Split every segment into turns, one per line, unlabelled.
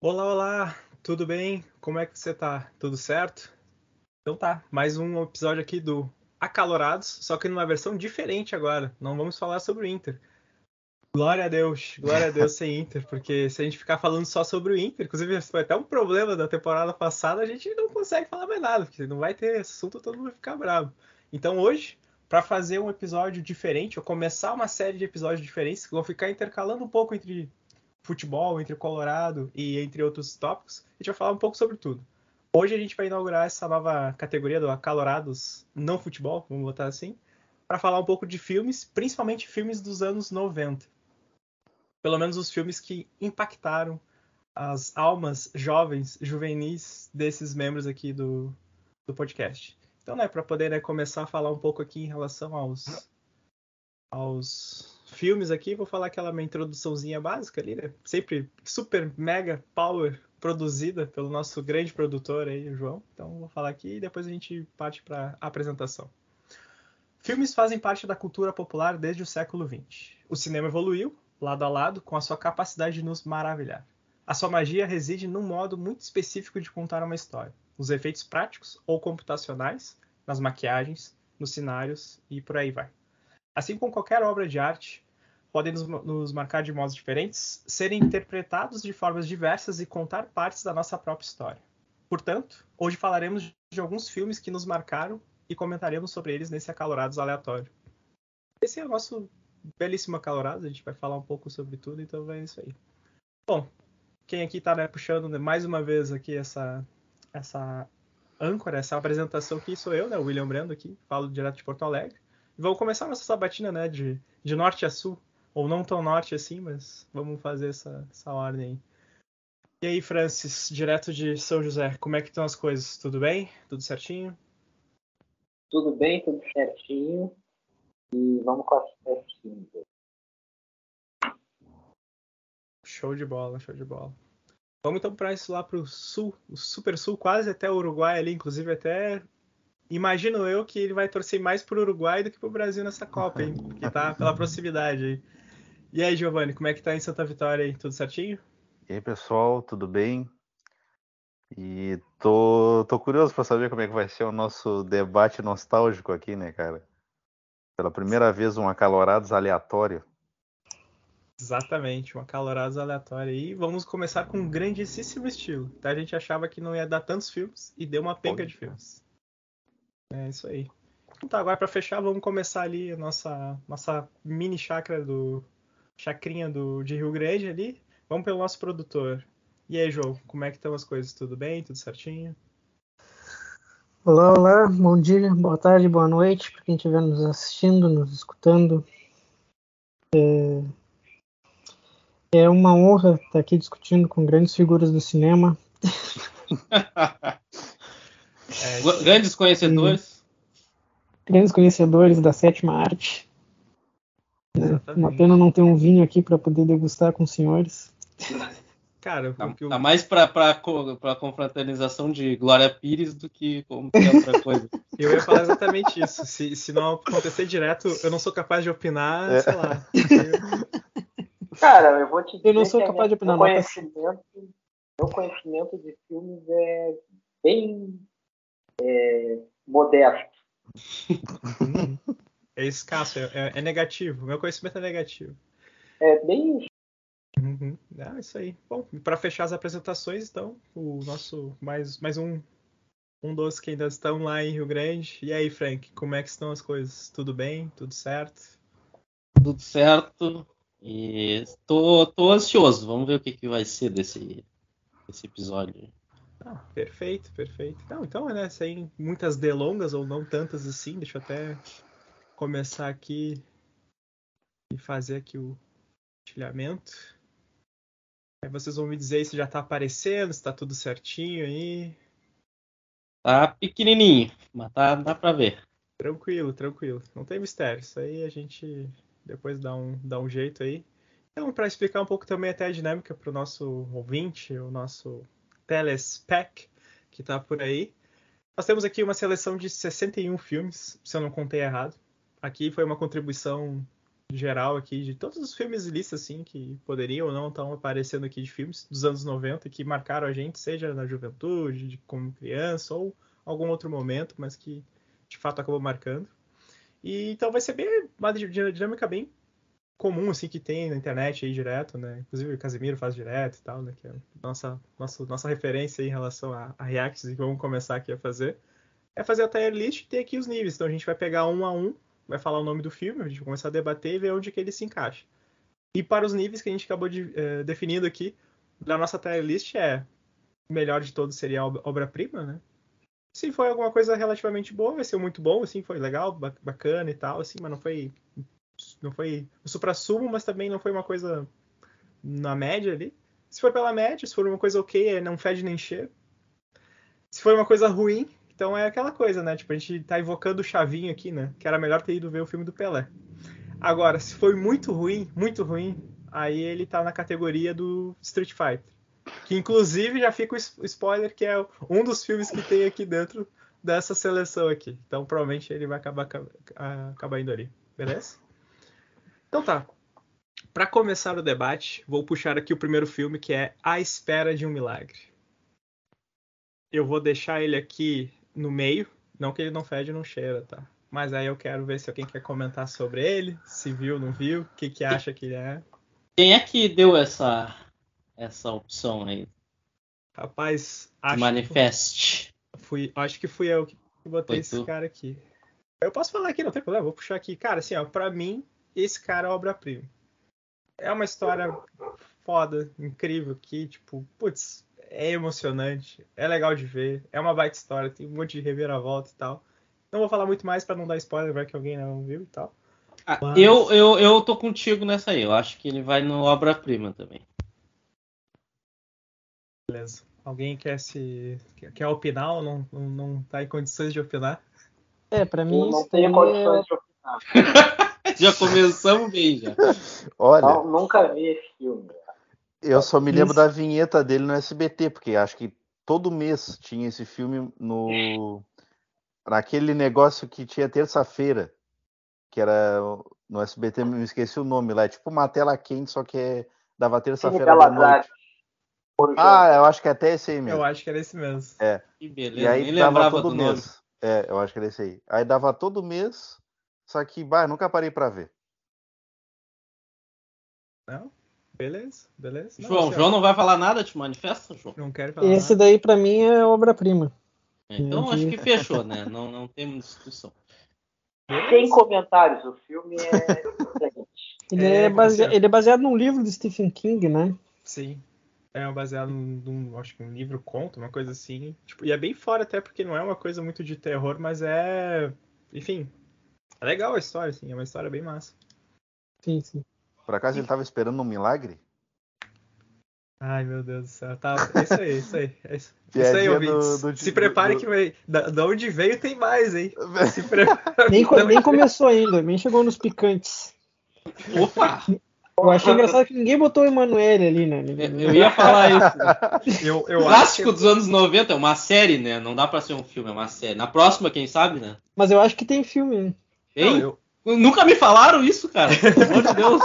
Olá, olá, tudo bem? Como é que você tá? Tudo certo? Então tá, mais um episódio aqui do Acalorados, só que numa versão diferente agora. Não vamos falar sobre o Inter. Glória a Deus, glória a Deus sem Inter, porque se a gente ficar falando só sobre o Inter, inclusive foi até um problema da temporada passada, a gente não consegue falar mais nada, porque não vai ter assunto, todo mundo vai ficar bravo. Então hoje, para fazer um episódio diferente, ou começar uma série de episódios diferentes, que vão ficar intercalando um pouco entre futebol, entre o Colorado e entre outros tópicos, a gente vai falar um pouco sobre tudo. Hoje a gente vai inaugurar essa nova categoria do Acalorados Não Futebol, vamos botar assim, para falar um pouco de filmes, principalmente filmes dos anos 90. Pelo menos os filmes que impactaram as almas jovens, juvenis desses membros aqui do, do podcast. Então, né, para poder né, começar a falar um pouco aqui em relação aos, aos filmes aqui, vou falar aquela minha introduçãozinha básica ali, né? Sempre super mega power produzida pelo nosso grande produtor aí, o João. Então vou falar aqui e depois a gente parte para a apresentação. Filmes fazem parte da cultura popular desde o século XX. O cinema evoluiu, lado a lado, com a sua capacidade de nos maravilhar. A sua magia reside num modo muito específico de contar uma história. Nos efeitos práticos ou computacionais, nas maquiagens, nos cenários e por aí vai assim como qualquer obra de arte, podem nos, nos, marcar de modos diferentes, serem interpretados de formas diversas e contar partes da nossa própria história. Portanto, hoje falaremos de alguns filmes que nos marcaram e comentaremos sobre eles nesse Acalorados aleatório. Esse é o nosso belíssimo Acalorados, a gente vai falar um pouco sobre tudo, então é isso aí. Bom, quem aqui está né, puxando né, mais uma vez aqui essa, essa âncora, essa apresentação aqui sou eu, né, William Brando aqui, falo direto de Porto Alegre. Vamos começar nossa sabatina, né? De, de norte a sul. Ou não tão norte assim, mas vamos fazer essa, essa ordem aí. E aí, Francis, direto de São José, como é que estão as coisas? Tudo bem? Tudo certinho?
Tudo bem, tudo certinho. E vamos com as festinhas.
Show de bola, show de bola. Vamos então para isso lá para o sul, o super sul, quase até o Uruguai ali, inclusive até imagino eu que ele vai torcer mais pro Uruguai do que pro Brasil nessa Copa, hein? Que tá pela proximidade aí. E aí, Giovanni, como é que tá em Santa Vitória aí? Tudo certinho?
E aí, pessoal, tudo bem? E tô, tô curioso para saber como é que vai ser o nosso debate nostálgico aqui, né, cara? Pela primeira vez, um acalorados aleatório.
Exatamente, um acalorados aleatório. E vamos começar com um grandíssimo estilo. Tá? A gente achava que não ia dar tantos filmes e deu uma penca Pode. de filmes. É isso aí. Então tá, agora para fechar, vamos começar ali a nossa, nossa mini chácara do. chacrinha do, de Rio Grande ali. Vamos pelo nosso produtor. E aí, João, como é que estão as coisas? Tudo bem? Tudo certinho?
Olá, olá, bom dia, boa tarde, boa noite para quem estiver nos assistindo, nos escutando. É... é uma honra estar aqui discutindo com grandes figuras do cinema.
É, grandes conhecedores.
Grandes conhecedores da sétima arte. Exatamente. Uma pena não ter um vinho aqui para poder degustar com os senhores.
Cara,
tá, eu... tá mais para confraternização de Glória Pires do que qualquer outra coisa.
eu ia falar é exatamente isso. Se, se não acontecer direto, eu não sou capaz de opinar, é. sei lá.
Cara, eu vou te dizer.
Eu não sou capaz de opinar.
Meu conhecimento, meu conhecimento de filmes é bem é, modesto.
É escasso, é, é, é, negativo. Meu conhecimento é negativo.
É bem isso.
Uhum. Ah, isso aí. Bom, para fechar as apresentações, então, o nosso mais, mais um um dos que ainda estão lá em Rio Grande. E aí, Frank, como é que estão as coisas? Tudo bem? Tudo certo?
Tudo certo. E tô, tô ansioso. Vamos ver o que, que vai ser desse, desse episódio.
Ah, perfeito, perfeito. Então, então, né, sem muitas delongas ou não tantas assim, deixa eu até começar aqui e fazer aqui o compartilhamento. Aí vocês vão me dizer se já tá aparecendo, se tá tudo certinho aí.
Tá pequenininho, mas tá, dá pra ver.
Tranquilo, tranquilo. Não tem mistério. Isso aí a gente depois dá um, dá um jeito aí. Então, para explicar um pouco também até a dinâmica para o nosso ouvinte, o nosso Telespec, que está por aí. Nós temos aqui um uma seleção de 61 filmes, se eu não contei errado. Aqui foi uma contribuição geral aqui de todos os filmes e listas assim que poderiam ou não estão aparecendo aqui de filmes dos anos 90 que marcaram a gente, seja na juventude, de, como criança ou algum outro momento, mas que de fato acabou marcando. E então vai ser bem uma dinâmica bem comum assim que tem na internet aí direto, né? Inclusive o Casimiro faz direto e tal, né? Que é nossa nossa nossa referência em relação a, a reacts e vamos começar aqui a fazer. É fazer a tier list e ter aqui os níveis. Então a gente vai pegar um a um, vai falar o nome do filme, a gente vai começar a debater e ver onde que ele se encaixa. E para os níveis que a gente acabou de, eh, definindo aqui, da nossa tier list é o melhor de todos seria a obra-prima, né? Se foi alguma coisa relativamente boa, vai ser muito bom, assim, foi legal, ba- bacana e tal, assim, mas não foi não foi o supra-sumo, mas também não foi uma coisa na média ali. Se for pela média, se for uma coisa ok, é não fede nem cheiro. Se for uma coisa ruim, então é aquela coisa, né? Tipo, a gente tá evocando o Chavinho aqui, né? Que era melhor ter ido ver o filme do Pelé. Agora, se foi muito ruim, muito ruim, aí ele tá na categoria do Street Fighter. Que inclusive já fica o s- o spoiler que é um dos filmes que tem aqui dentro dessa seleção aqui. Então provavelmente ele vai acabar, ca- a- acabar indo ali. Beleza? Então tá. Pra começar o debate, vou puxar aqui o primeiro filme que é A Espera de um Milagre. Eu vou deixar ele aqui no meio, não que ele não fede, não cheira, tá? Mas aí eu quero ver se alguém quer comentar sobre ele, se viu, não viu, o que que acha que ele é.
Quem é que deu essa, essa opção aí?
Rapaz,
Manifeste.
acho que fui, acho que fui eu que botei
Foi
esse
tu?
cara aqui. Eu posso falar aqui, não tem problema, vou puxar aqui. Cara, assim, ó, pra mim, esse cara é obra-prima. É uma história foda, incrível, que, tipo, putz, é emocionante, é legal de ver, é uma baita história, tem um monte de reviravolta e tal. Não vou falar muito mais pra não dar spoiler, vai que alguém não viu e tal.
Ah,
Mas-
eu, eu, eu tô contigo nessa aí. Eu acho que ele vai no obra-prima também.
Alguém quer se. quer, quer opinar ou não, não, não tá em condições de opinar?
É, pra mim
Eu
isso
não
daí
tenho
é...
condições de opinar.
Já começamos bem, já.
Olha,
Não, nunca vi esse filme.
eu só me lembro
Isso.
da vinheta dele no SBT, porque acho que todo mês tinha esse filme no naquele negócio que tinha terça-feira, que era no SBT, me esqueci o nome lá, é tipo uma tela quente, só que é, dava terça-feira à
Belas
noite.
Artes. Ouro Jovem.
Ah, eu acho que é até esse aí mesmo.
Eu acho que era esse mesmo.
Que beleza.
E aí
Nem
dava
lembrava
todo
do nome.
mês. É, eu acho que era esse aí. Aí dava todo mês, só que, bah, nunca parei pra ver.
Não? Beleza, beleza. Não,
João,
assim, ó,
João não vai falar nada? Te manifesta, João?
Não quero falar.
Esse daí pra mim é obra-prima.
Então acho que fechou, né? Não, não temos discussão.
Sem comentários, o filme é excelente.
Ele
É,
é, basea-
Marcelo.
ele é baseado num livro do Stephen King, né?
Sim. É baseado num, num, acho que um livro conto, uma coisa assim. Tipo, e é bem fora até porque não é uma coisa muito de terror, mas é, enfim, é legal a história assim, é uma história bem massa.
Sim, sim.
Por acaso ele tava esperando um milagre?
Ai, meu Deus do céu. Tá, é isso aí, é isso aí. É isso, é isso aí,
Piadinha
ouvintes.
do- do-
Se prepare
do-
que vai, da, da onde veio tem mais, hein? Se prepare.
Nem, co-
Não,
nem começou ainda, nem chegou nos picantes.
Opa!
Eu achei engraçado que ninguém botou o Emanuele ali, né?
É.
Eu eu ia falar isso. né?
Eu, eu acho
Clássico
que
dos anos 90 é uma série, né? Não dá pra ser um filme, é uma série. Na próxima, quem sabe, né?
Mas eu acho que tem filme, né?
não,
Hein?
eu,
Nunca me falaram isso, cara. Pelo amor de Deus.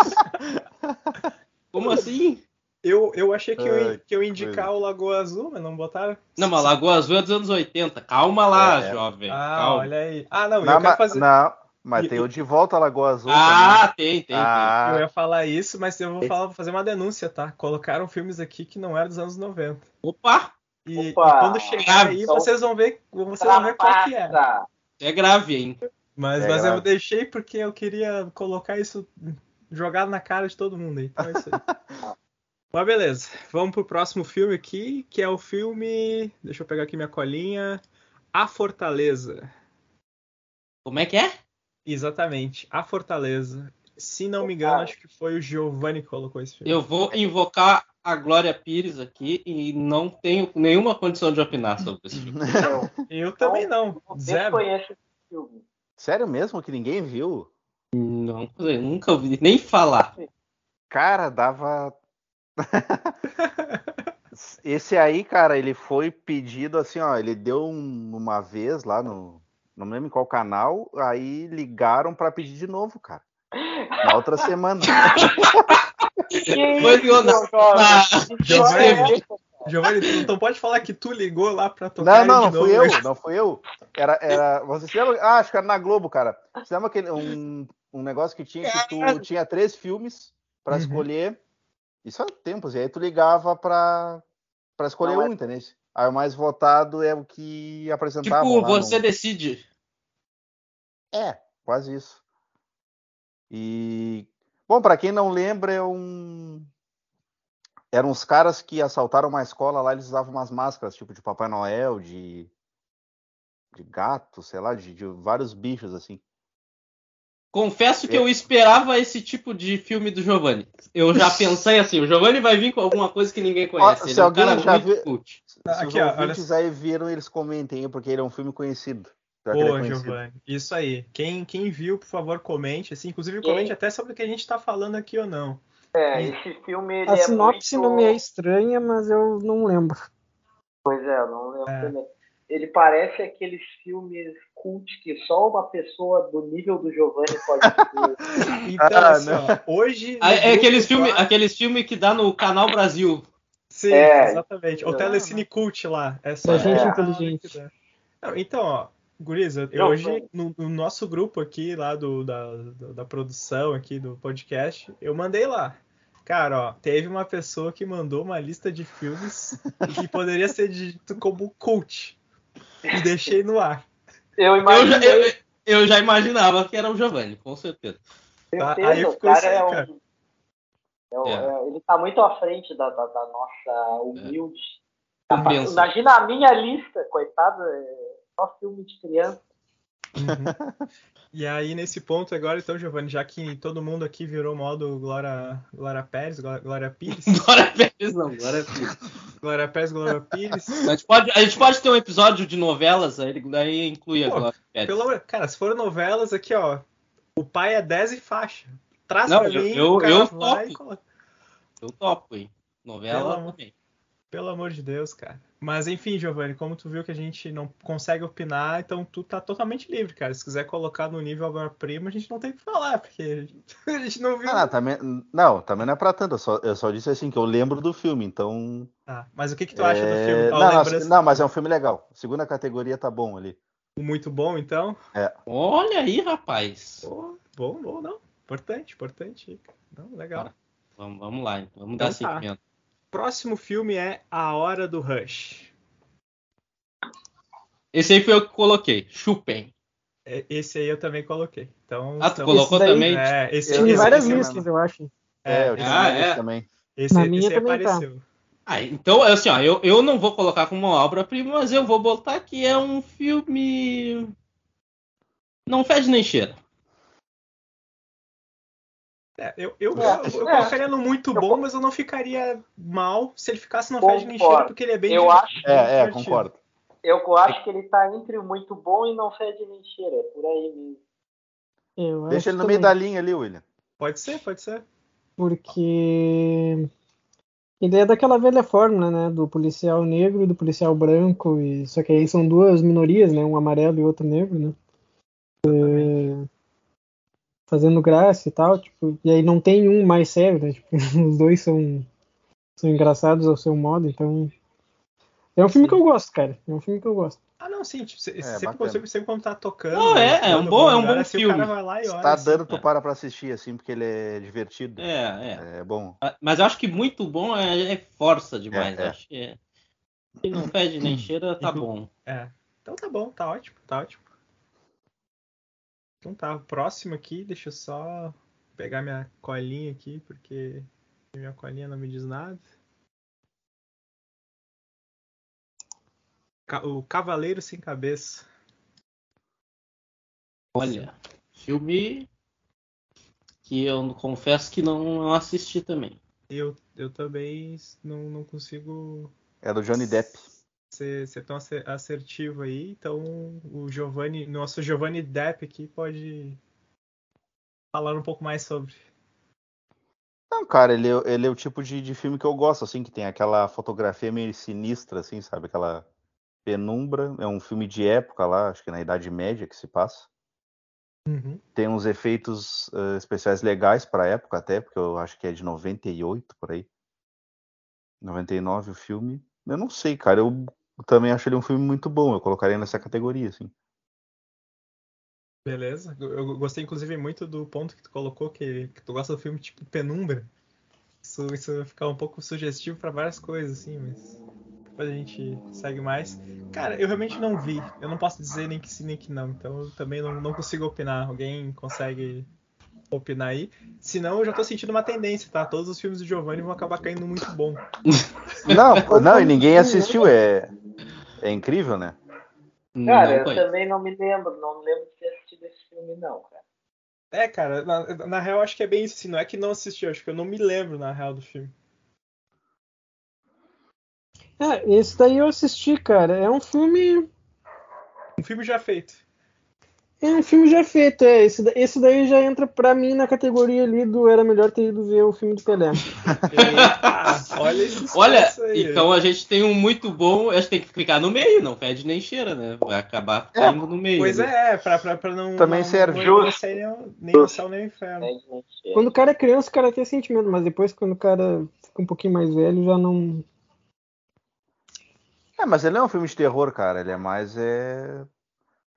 Como assim?
eu, eu achei que eu,
Ai,
ia- que eu ia indicar o Lagoa Azul, mas não botaram.
Não, mas Lagoa Azul é dos anos 80. Calma lá,
É, é.
jovem.
Ah,
Calma.
olha aí. Ah, não, eu
Não,
quero
mas,
fazer.
não, mas
E-
tem o De Volta à Lagoa Azul também.
Ah, tem, tem,
Ah,
Eu ia falar isso, mas eu vou
Esse-
falar- fazer uma denúncia, tá? Colocaram filmes aqui que não eram dos anos 90.
tem. Opa!
E, e
Opa!
quando chegar aí,
Então- Tá.
vocês vão ver, vocês vão ver qual que é.
Trapaça.
É grave, hein?
Mas,
É
mas eu
grave.
deixei porque eu queria colocar isso jogado na cara de todo mundo. aí. Então é isso aí. mas beleza, vamos pro próximo filme aqui, que é o filme. Deixa eu pegar aqui minha colinha. A Fortaleza.
Como é que é?
Exatamente, A Fortaleza. Se não me engano, acho que foi o Giovanni que colocou esse filme.
Eu vou invocar a Glória Pires aqui e não tenho nenhuma condição de opinar sobre esse filme.
Eu
Eu também não.
Você
Zero.
conhece esse filme.
Sério mesmo que ninguém viu?
Não, eu nunca ouvi nem falar.
Cara, dava. Esse aí, cara, ele foi pedido assim, ó. Ele deu um- uma vez lá no. Não me lembro em qual canal. Aí ligaram pra pedir de novo, cara. Na outra semana.
Foi, Leonardo.
Tá
Ah,
é
Giovanni, Giovanni, tu não pode falar que tu ligou lá pra tocar
Não, não, não
de novo.
fui eu, não fui eu. Era, era. Vocês lembram? Ah, acho que era na Globo, cara. Vocês lembram aquele, um, um negócio que tinha que tu tinha três filmes pra
Uhum.
escolher. Isso há tempos, e aí tu ligava pra, pra escolher
Não, é-
um, entendeu? Aí o mais votado é o que apresentava.
Tipo, você decide.
É, quase isso. E bom, pra quem não lembra, é um eram uns caras que assaltaram uma escola lá, eles usavam umas máscaras tipo de Papai Noel, de de gato, sei lá, de, de vários bichos assim.
Confesso que eu esperava esse tipo de filme do Giovanni. Eu já pensei assim, o Giovanni vai vir com alguma coisa que ninguém conhece.
Ó,
Ele
se
é um
alguém
cara
já
muito
viu-
cult.
Se
Ah,
os
aqui, ó, olha
ouvintes aí viram, eles comentem aí, porque ele é um filme conhecido. Pior que ele é
Boa,
conhecido.
Giovanni. Isso aí. Quem, quem viu, por favor, comente. Assim, inclusive,
Quem?
comente até sobre o que a gente tá falando aqui ou não.
É, esse filme ele
A
é
sinopse
muito...
não me é estranha, mas eu não lembro.
Pois é, eu não lembro
É.
também. Ele parece aqueles filmes cult que só uma pessoa do nível do Giovanni pode ver.
Então,
Ah,
assim, ó, hoje.
Ah, É
no
aqueles
grupo
filmes
lá-
aqueles filme que dá no Canal Brasil.
Sim,
É.
exatamente. O
Ah,
Telecine Cult lá. É só
Da gente
é.
inteligente.
Não, então, ó, Guriz, eu- eu
Não,
hoje,
não.
no, no nosso grupo aqui, lá do, da, do- da produção aqui do podcast, eu mandei lá. Cara, ó, teve uma pessoa que mandou uma lista de filmes que poderia ser dito como cult. E deixei no ar.
Eu
Eu já,
imagino.
eu- eu já imaginava que era o Giovanni, com certeza.
Tá,
certeza,
aí
o
ficou isso aí,
é um-
cara.
é um-
É.
é, ele tá muito à frente da, da- da nossa humilde.
É.
Tá,
Compensa.
Imagina a minha lista, coitado, é só filme de criança.
Uhum. E aí, nesse ponto agora, então, Giovanni, já que todo mundo aqui virou modo Glória, Glória Pérez, Glória, Glória Pires,
Glória Pérez não, é Glória Pires.
Glória Pérez, Glória Pires,
A gente, pode, a gente pode ter um episódio de novelas, aí, daí inclui É, a
Pô,
Glória Pérez.
Pelo amor- cara, se for novelas aqui, ó. O pai é 10 e faixa. Traz
Não,
pra
eu-
mim,
eu-
o cara
eu
vai
topo.
e coloca.
Eu topo, hein? Novela
Pelo amor-
também.
Pelo amor de Deus, cara. Mas enfim, Giovanni, como tu viu que a gente não consegue opinar, então tu tá totalmente livre, cara. Se quiser colocar no nível agora prima, a gente não tem o que falar, porque a gente- a gente não viu.
Ah, também, não, também não é pra tanto. Eu só, eu só disse assim que eu lembro do filme, então.
Tá, Mas o que, que tu acha do
é,
filme? Ó,
Não, não,
lembrança
não, mas é um filme legal. Segunda categoria tá bom ali.
muito bom, então.
Olha aí, rapaz.
Pô, bom, bom, não. Importante, importante. Não, legal.
Vamos, vamos lá, então. vamos
Então
dar
tá.
seguimento.
Próximo filme é A Hora do Rush.
Esse aí foi eu que coloquei. Chupem.
É, Esse aí eu também coloquei. Então,
Ah, tu
estamos-
colocou
daí-
também?
É, esse,
Eu
Tinha
esse-
várias
esse-
listas, eu acho.
É,
eu tinha
ah,
visto
é.
também.
esse,
Na minha
esse
também tá.
apareceu.
Ah, então, assim, ó, eu, eu não vou colocar como uma obra-prima, mas eu vou botar que é um filme. Não fede nem cheira.
É, eu eu,
É,
eu, eu
é.
colocaria no muito
Eu
bom,
co-
mas eu não ficaria mal se ele ficasse no
Concordo.
Fed nem cheira, porque ele é bem
Eu
divertido.
acho,
É, é,
divertido.
concordo.
eu acho que ele tá entre o muito bom e não fede nem cheira. É por aí mesmo.
Eu acho
Deixa ele no meio
também,
da linha ali, William.
Pode ser, pode ser.
Porque ele é daquela velha fórmula, né? Do policial negro e do policial branco. E... Só que aí são duas minorias, né? Um amarelo e outro negro, né? é, fazendo graça e tal, tipo, e aí não tem um mais sério, né? Tipo, os dois são, são engraçados ao seu modo, então. É um filme que eu gosto, cara. É um filme que eu gosto.
Ah, não, sim, tipo, se- sempre,
bacana.
consigo, sempre quando tá tocando.
Não, é, é um
tocando,
bom- é um
olha,
bom
assim, O
filme.
cara vai lá e
Se
olha.
tá
assim.
dando, tu
é.
para pra assistir, assim, porque ele é divertido. É,
É, é.
bom.
Mas eu acho que muito bom é, é força demais.
É, é.
Acho que é. Se não fede nem cheira, tá bom.
É. Então tá bom, tá ótimo, tá ótimo. Então tá, o próximo aqui, deixa eu só pegar minha colinha aqui, porque minha colinha não me diz nada. Ca- O Cavaleiro Sem Cabeça.
Olha, filme que eu confesso que não, não assisti também.
Eu, eu também não, não consigo
É do Johnny Depp.
ser, ser tão ace- assertivo aí, então o Giovanni, nosso Giovanni Depp aqui pode falar um pouco mais sobre.
Não, cara, ele, é- ele é o tipo de, de filme que eu gosto, assim, que tem aquela fotografia meio sinistra, assim, sabe? Aquela penumbra. É um filme de época lá, acho que na Idade Média que se passa.
Uhum.
Tem uns efeitos eh, especiais legais pra época, até, porque eu acho que é de 98 por aí. 99 o filme. Eu não sei, cara. Eu também acho ele um filme muito bom. Eu colocaria nessa categoria, assim.
Beleza. Eu- Eu gostei, inclusive, muito do ponto que tu colocou, que, que tu gosta do filme tipo Penumbra. Isso, isso vai ficar um pouco sugestivo pra várias coisas, assim, mas depois a gente segue mais. Cara, eu realmente não vi. Eu não posso dizer nem que sim, nem que não. Então eu também não, não consigo opinar. Alguém consegue opinar aí? Senão eu já tô sentindo uma tendência, tá? Todos os filmes do Giovanni vão acabar caindo muito bom.
Não, não, e ninguém assistiu. É, é incrível, né?
Cara,
Hum, não
eu
conheço.
também não me lembro, não me lembro de ter assistido esse filme, não, cara.
É, cara, na, na real acho que é bem isso. Assim, não é que não assisti, acho que eu não me lembro, na real, do filme.
É, esse daí eu assisti, cara. É um filme.
Um filme já feito.
É um filme já feito, é. Esse, da- esse daí já entra pra mim na categoria ali do Era Melhor Ter Ido Ver o filme do Pelé.
Eita, olha isso.
Olha,
aí.
então a gente tem um muito bom. A gente tem que ficar no meio, não fede nem cheira, né? Vai acabar
É,
caindo no meio.
Pois
né?
é, pra, pra, pra não.
Também
não,
serve.
Não descer nem, um, nem no céu nem no inferno.
Né, de mexer.
Quando o cara é criança, o cara tem sentimento, mas depois quando o cara fica um pouquinho mais velho, já não.
É, mas ele não é um filme de terror, cara. Ele é mais é...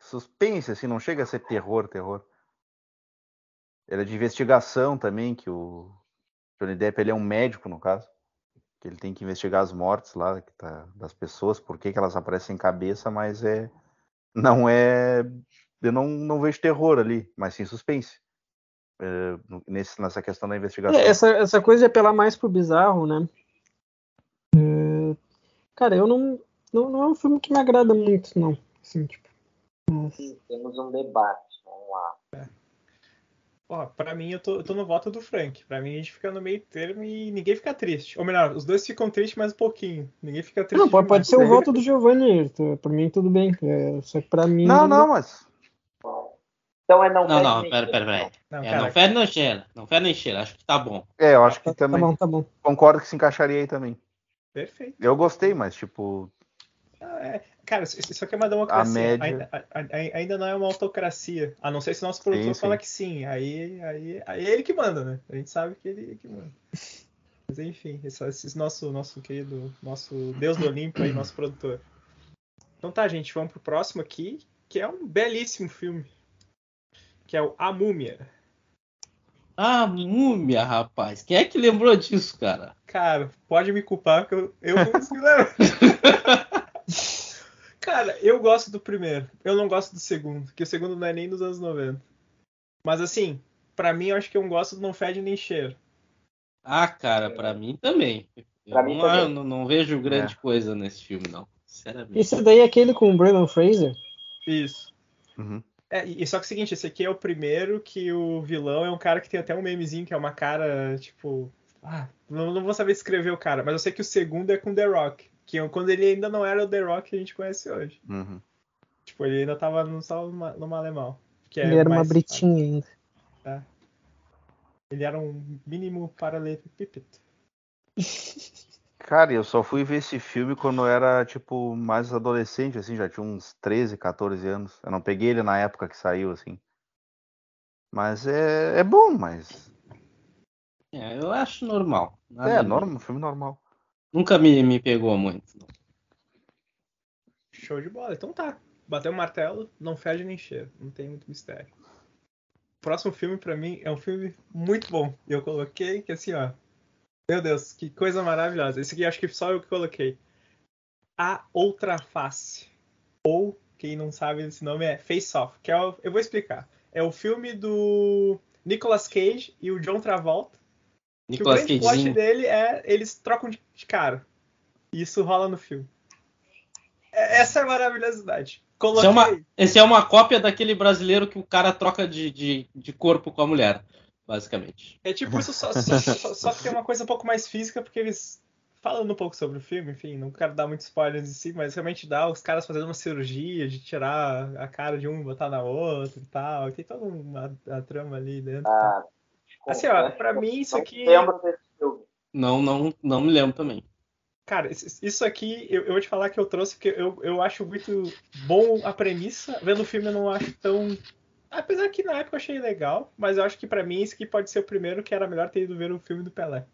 suspense, assim, não chega a ser terror, terror. Ele é de investigação também, que o Johnny Depp ele é um médico, no caso. Que ele tem que investigar as mortes lá que tá- das pessoas, por que, que elas aparecem em cabeça, mas é. Não é. Eu não, não vejo terror ali, mas sim suspense. É, no- nesse- nessa questão da investigação.
É, essa, essa coisa de apelar mais pro bizarro, né? É, Cara, eu não, não. Não é um filme que me agrada muito, não. Assim, tipo. mas-
Temos um debate, vamos lá.
Ó, pra mim, eu tô, eu tô no voto do Frank. Pra mim, a gente fica no meio termo e ninguém fica triste. Ou melhor, os dois ficam tristes mais um pouquinho. Ninguém fica triste.
Não, pode, pode
demais. né?
ser o voto do Giovanni. Ayrton, Pra mim, tudo bem. É, só que pra mim.
Não, não, mas.
Então é não
Não,
fede,
não,
nem
pera,
cheira,
pera, pera.
Não,
É,
cara,
não fede não cheira. Não fede nem cheira. Acho que tá bom.
É, eu acho que
Tá, tá
também.
bom, tá bom.
Concordo que se encaixaria aí também.
perfeito.
Eu gostei, mas tipo,
Ah, é. Cara, isso isso aqui é uma democracia.
A média-
Ainda, a- a- ainda não é uma autocracia. A não ser se o nosso produtor
sim.
fala que sim. Aí, aí, aí é ele que manda, né? A gente sabe que ele que manda. Mas enfim, esse, esse nosso, nosso querido, nosso Deus do Olimpo aí, nosso produtor. Então tá, gente, vamos pro próximo aqui, que é um belíssimo filme. Que é o A Múmia.
Ah, múmia, rapaz. Quem é que lembrou disso, cara?
Cara, pode me culpar que eu, eu não consegui lembrar. Cara, eu gosto do primeiro. Eu não gosto do segundo, que o segundo não é nem dos anos 90. Mas assim, pra mim eu acho que eu gosto do não fede nem cheiro.
Ah, cara, pra mim também. Eu
É. Pra
não,
mim também.
eu não- não vejo
É.
grande coisa nesse filme, não. Sinceramente.
Esse daí é aquele com o Brendan Fraser?
Isso.
uhum.
É, e e só que é o seguinte, esse aqui é o primeiro que o vilão é um cara que tem até um memezinho que é uma cara, tipo. Ah, não, não vou saber escrever o cara, mas eu sei que o segundo é com The Rock. Que é quando ele ainda não era o The Rock que a gente conhece hoje.
Uhum.
Tipo, ele ainda tava no, só numa- numa alemão. Que é
Ele era uma
mais-
britinha ainda.
Ele era um mínimo paralelepípedo.
Cara, eu só fui ver esse filme quando eu era, tipo, mais adolescente, assim, já tinha uns 13, 14 anos. Eu não peguei ele na época que saiu, assim. Mas é, é bom, mas.
É, eu acho normal. Nada
É,
demais.
normal, filme normal.
Nunca me, me pegou muito. não.
Show de bola. Então tá. Bateu o martelo, não fede nem cheiro. Não tem muito mistério. O próximo filme, pra mim, é um filme muito bom. E eu coloquei que assim, ó. Meu Deus, que coisa maravilhosa. Esse aqui acho que só eu que coloquei. A Outra Face. Ou, quem não sabe esse nome, é Face Off. Que é o, eu vou explicar. É o filme do Nicolas Cage e o John Travolta. Que o
Nicolas
grande plot
Cagezinho.
dele é eles trocam de de cara. E isso rola no filme. É- Essa é a maravilhosidade.
Esse
Coloquei.
é, uma, esse é uma cópia daquele brasileiro que o cara troca de, de, de corpo com a mulher, basicamente.
É tipo isso, só, só, só, só que tem uma coisa um pouco mais física, porque eles. Falando um pouco sobre o filme, enfim, não quero dar muitos spoilers em si, mas realmente dá os caras fazendo uma cirurgia de tirar a cara de um e botar na outra e tal. Tem toda uma, uma trama ali né? dentro.
Ah, desculpa,
assim, ó,
né?
pra mim isso
não
aqui.
lembro desse filme.
Não, não, não me lembro também.
Cara, isso isso aqui eu, eu vou te falar que eu trouxe porque eu, eu acho muito bom a premissa. Vendo o filme eu não acho tão Apesar que na época eu achei legal, mas eu acho que pra mim esse aqui pode ser o primeiro que era melhor ter ido ver um filme do Pelé.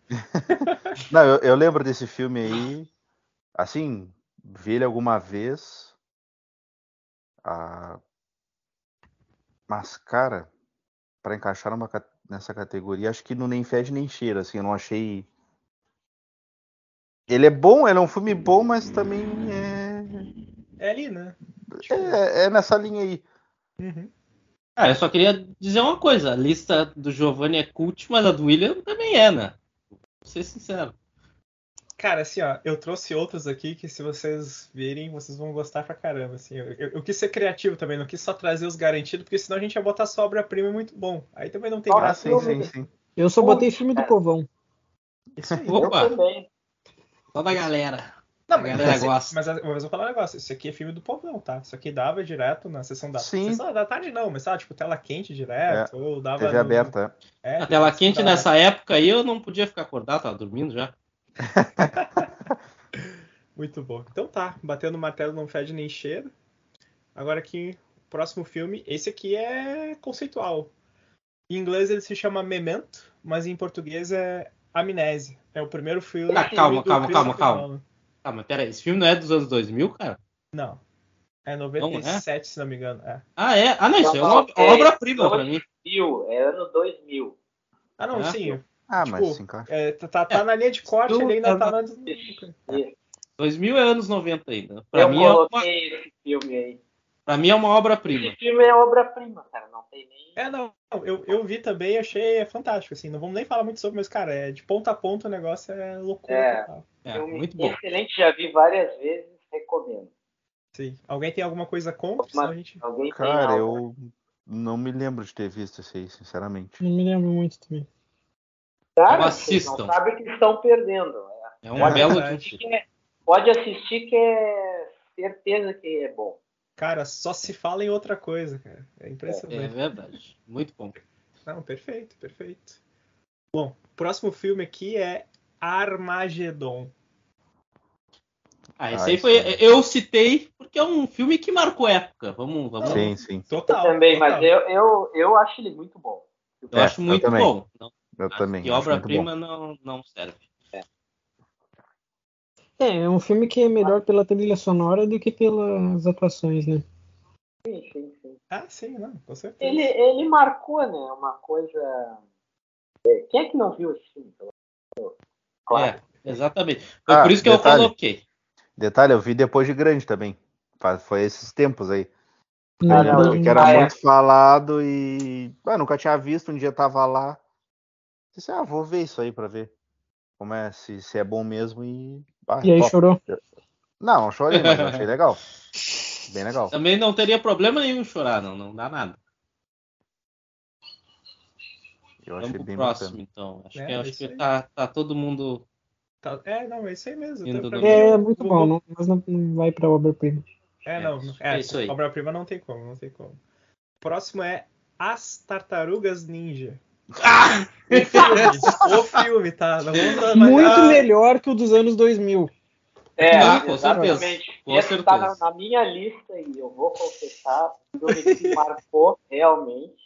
Não, eu, eu lembro desse filme aí, assim, vi ele alguma vez. Ah, mas, cara, pra encaixar numa ca- nessa categoria, acho que não nem fede nem cheira, assim, eu não achei. Ele é bom, ele é um filme bom, mas também é,
É ali, né?
é, é nessa linha aí.
Uhum.
Ah, eu só queria dizer uma coisa. A lista do Giovanni é cult, mas a do William também é, né? Vou ser sincero.
Cara, assim, ó, eu trouxe outros aqui que se vocês virem, vocês vão gostar pra caramba, assim. Eu, eu- eu quis ser criativo também, não quis só trazer os garantidos, porque senão a gente ia botar só obra-prima e muito bom. Aí também não tem
Ah,
Ah,
graça. né?
sim, sim, sim.
Eu só
Pô,
botei filme do
cara.
povão.
Isso aí.
Eu
Opa.
também.
Só da galera.
Não,
A
Tá
mas,
galera
mas,
gosta.
mas, mas eu vou falar um negócio, isso aqui é filme do povão, tá? Isso aqui dava direto na sessão da,
Sim.
sessão da tarde, não, mas sabe, tipo, tela quente direto, ou dava.
TV
no-
aberta.
É,
A tela
sessão
quente
da-
nessa época aí eu não podia ficar acordado, tava dormindo já.
Muito bom. Então tá, batendo o martelo não fede nem cheiro. Agora aqui, próximo filme. Esse aqui é conceitual. Em inglês ele se chama Memento, mas em português é Amnésia. É o primeiro filme.
Ah, calma,
do
calma,
Christopher
calma, calma.
Nolan.
Ah, mas pera aí, esse filme não é dos anos 2000, cara?
Não. É 97,
Não
se não me engano. É.
Ah, é? Ah, não, isso é uma
Não, é-
obra-prima pra mim.
Mil, é ano 2000.
Ah, não,
É?
sim.
Ah,
Tipo,
mas se encaixa.
é, tá, tá- tá na linha de corte,
Tu-
ele ainda tá na.
2000 é anos 90 ainda. Pra,
eu
mim é, uma,
coloquei esse filme aí.
pra mim é uma obra-prima.
Esse filme é obra-prima, cara. Não tem nem.
É, não. não, Eu, eu vi também e achei fantástico, assim. Não vamos nem falar muito sobre, mas, cara, é de ponta a ponta o negócio é loucura
É.
total.
É,
filme
muito bom.
Excelente, já vi várias vezes, recomendo.
Sim. Alguém tem alguma coisa contra?
Mas-
Senão a gente.
Alguém
Cara,
tem algo?
eu não me lembro de ter visto esse aí, sinceramente.
Não me lembro muito também.
Cara,
Não
vocês não
Então assistam.
sabem que estão perdendo. É,
É uma
É
bela
verdade.
notícia.
que é- Pode assistir que é certeza que é bom.
Cara, só se fala em outra coisa, cara. É
É
impressionante.
verdade. Muito bom.
Não, perfeito, perfeito. Bom, o próximo filme aqui é Armagedon.
Ah,
Ah,
esse aí
isso
foi.
aí.
Eu citei porque é um filme que marcou época. Vamos, vamos.
Sim, sim.
Eu
Total.
também,
total.
mas é- eu, eu, eu acho ele muito bom.
Eu
É,
acho
eu
muito
também.
bom. Não,
Eu
acho
também.
que
acho muito
obra-prima não, não serve.
É, é um filme que é melhor pela trilha sonora do que pelas atuações, né?
Sim, sim, sim.
Ah, sim, não, com certeza.
Ele, ele marcou, né? Uma coisa. É, Quem é que não viu esse filme? Claro.
É, exatamente. Foi
Ah,
por isso que
detalhe.
eu coloquei.
bom. Detalhe, eu vi depois de grande também. Fa- Foi esses tempos aí.
Ah,
Eu
não,
lembro
não.
que era
Ah, é.
muito falado e. Ah, nunca tinha visto, um dia tava lá. Disse, ah, vou ver isso aí pra ver. Como é, se, se é bom mesmo e. Ah,
E aí
top.
chorou.
Não, não chorei, mas eu achei legal. Bem legal.
Também não teria problema nenhum chorar, não. Não dá nada.
Eu
Vamos
achei
pro
bem
próximo,
bacana.
então. Acho
É,
que,
é
acho
isso
que
aí.
tá, tá todo mundo.
Tá- É, não, é isso aí mesmo.
Indo
Então, pra
do-
mim,
É
eu
muito
vou-
bom, não- mas não, não vai pra obra-prima.
É,
É,
não.
é
É,
isso aí.
Obra-prima não tem como, não tem como. Próximo é As Tartarugas Ninja.
Ah!
O filme, o filme, tá? Não vamos trabalhar-
Muito melhor que o dos anos 2000.
É,
Ah, com certeza,
exatamente.
com
Esse tá na,
certeza.
na minha lista e eu vou confessar. O filme que marcou realmente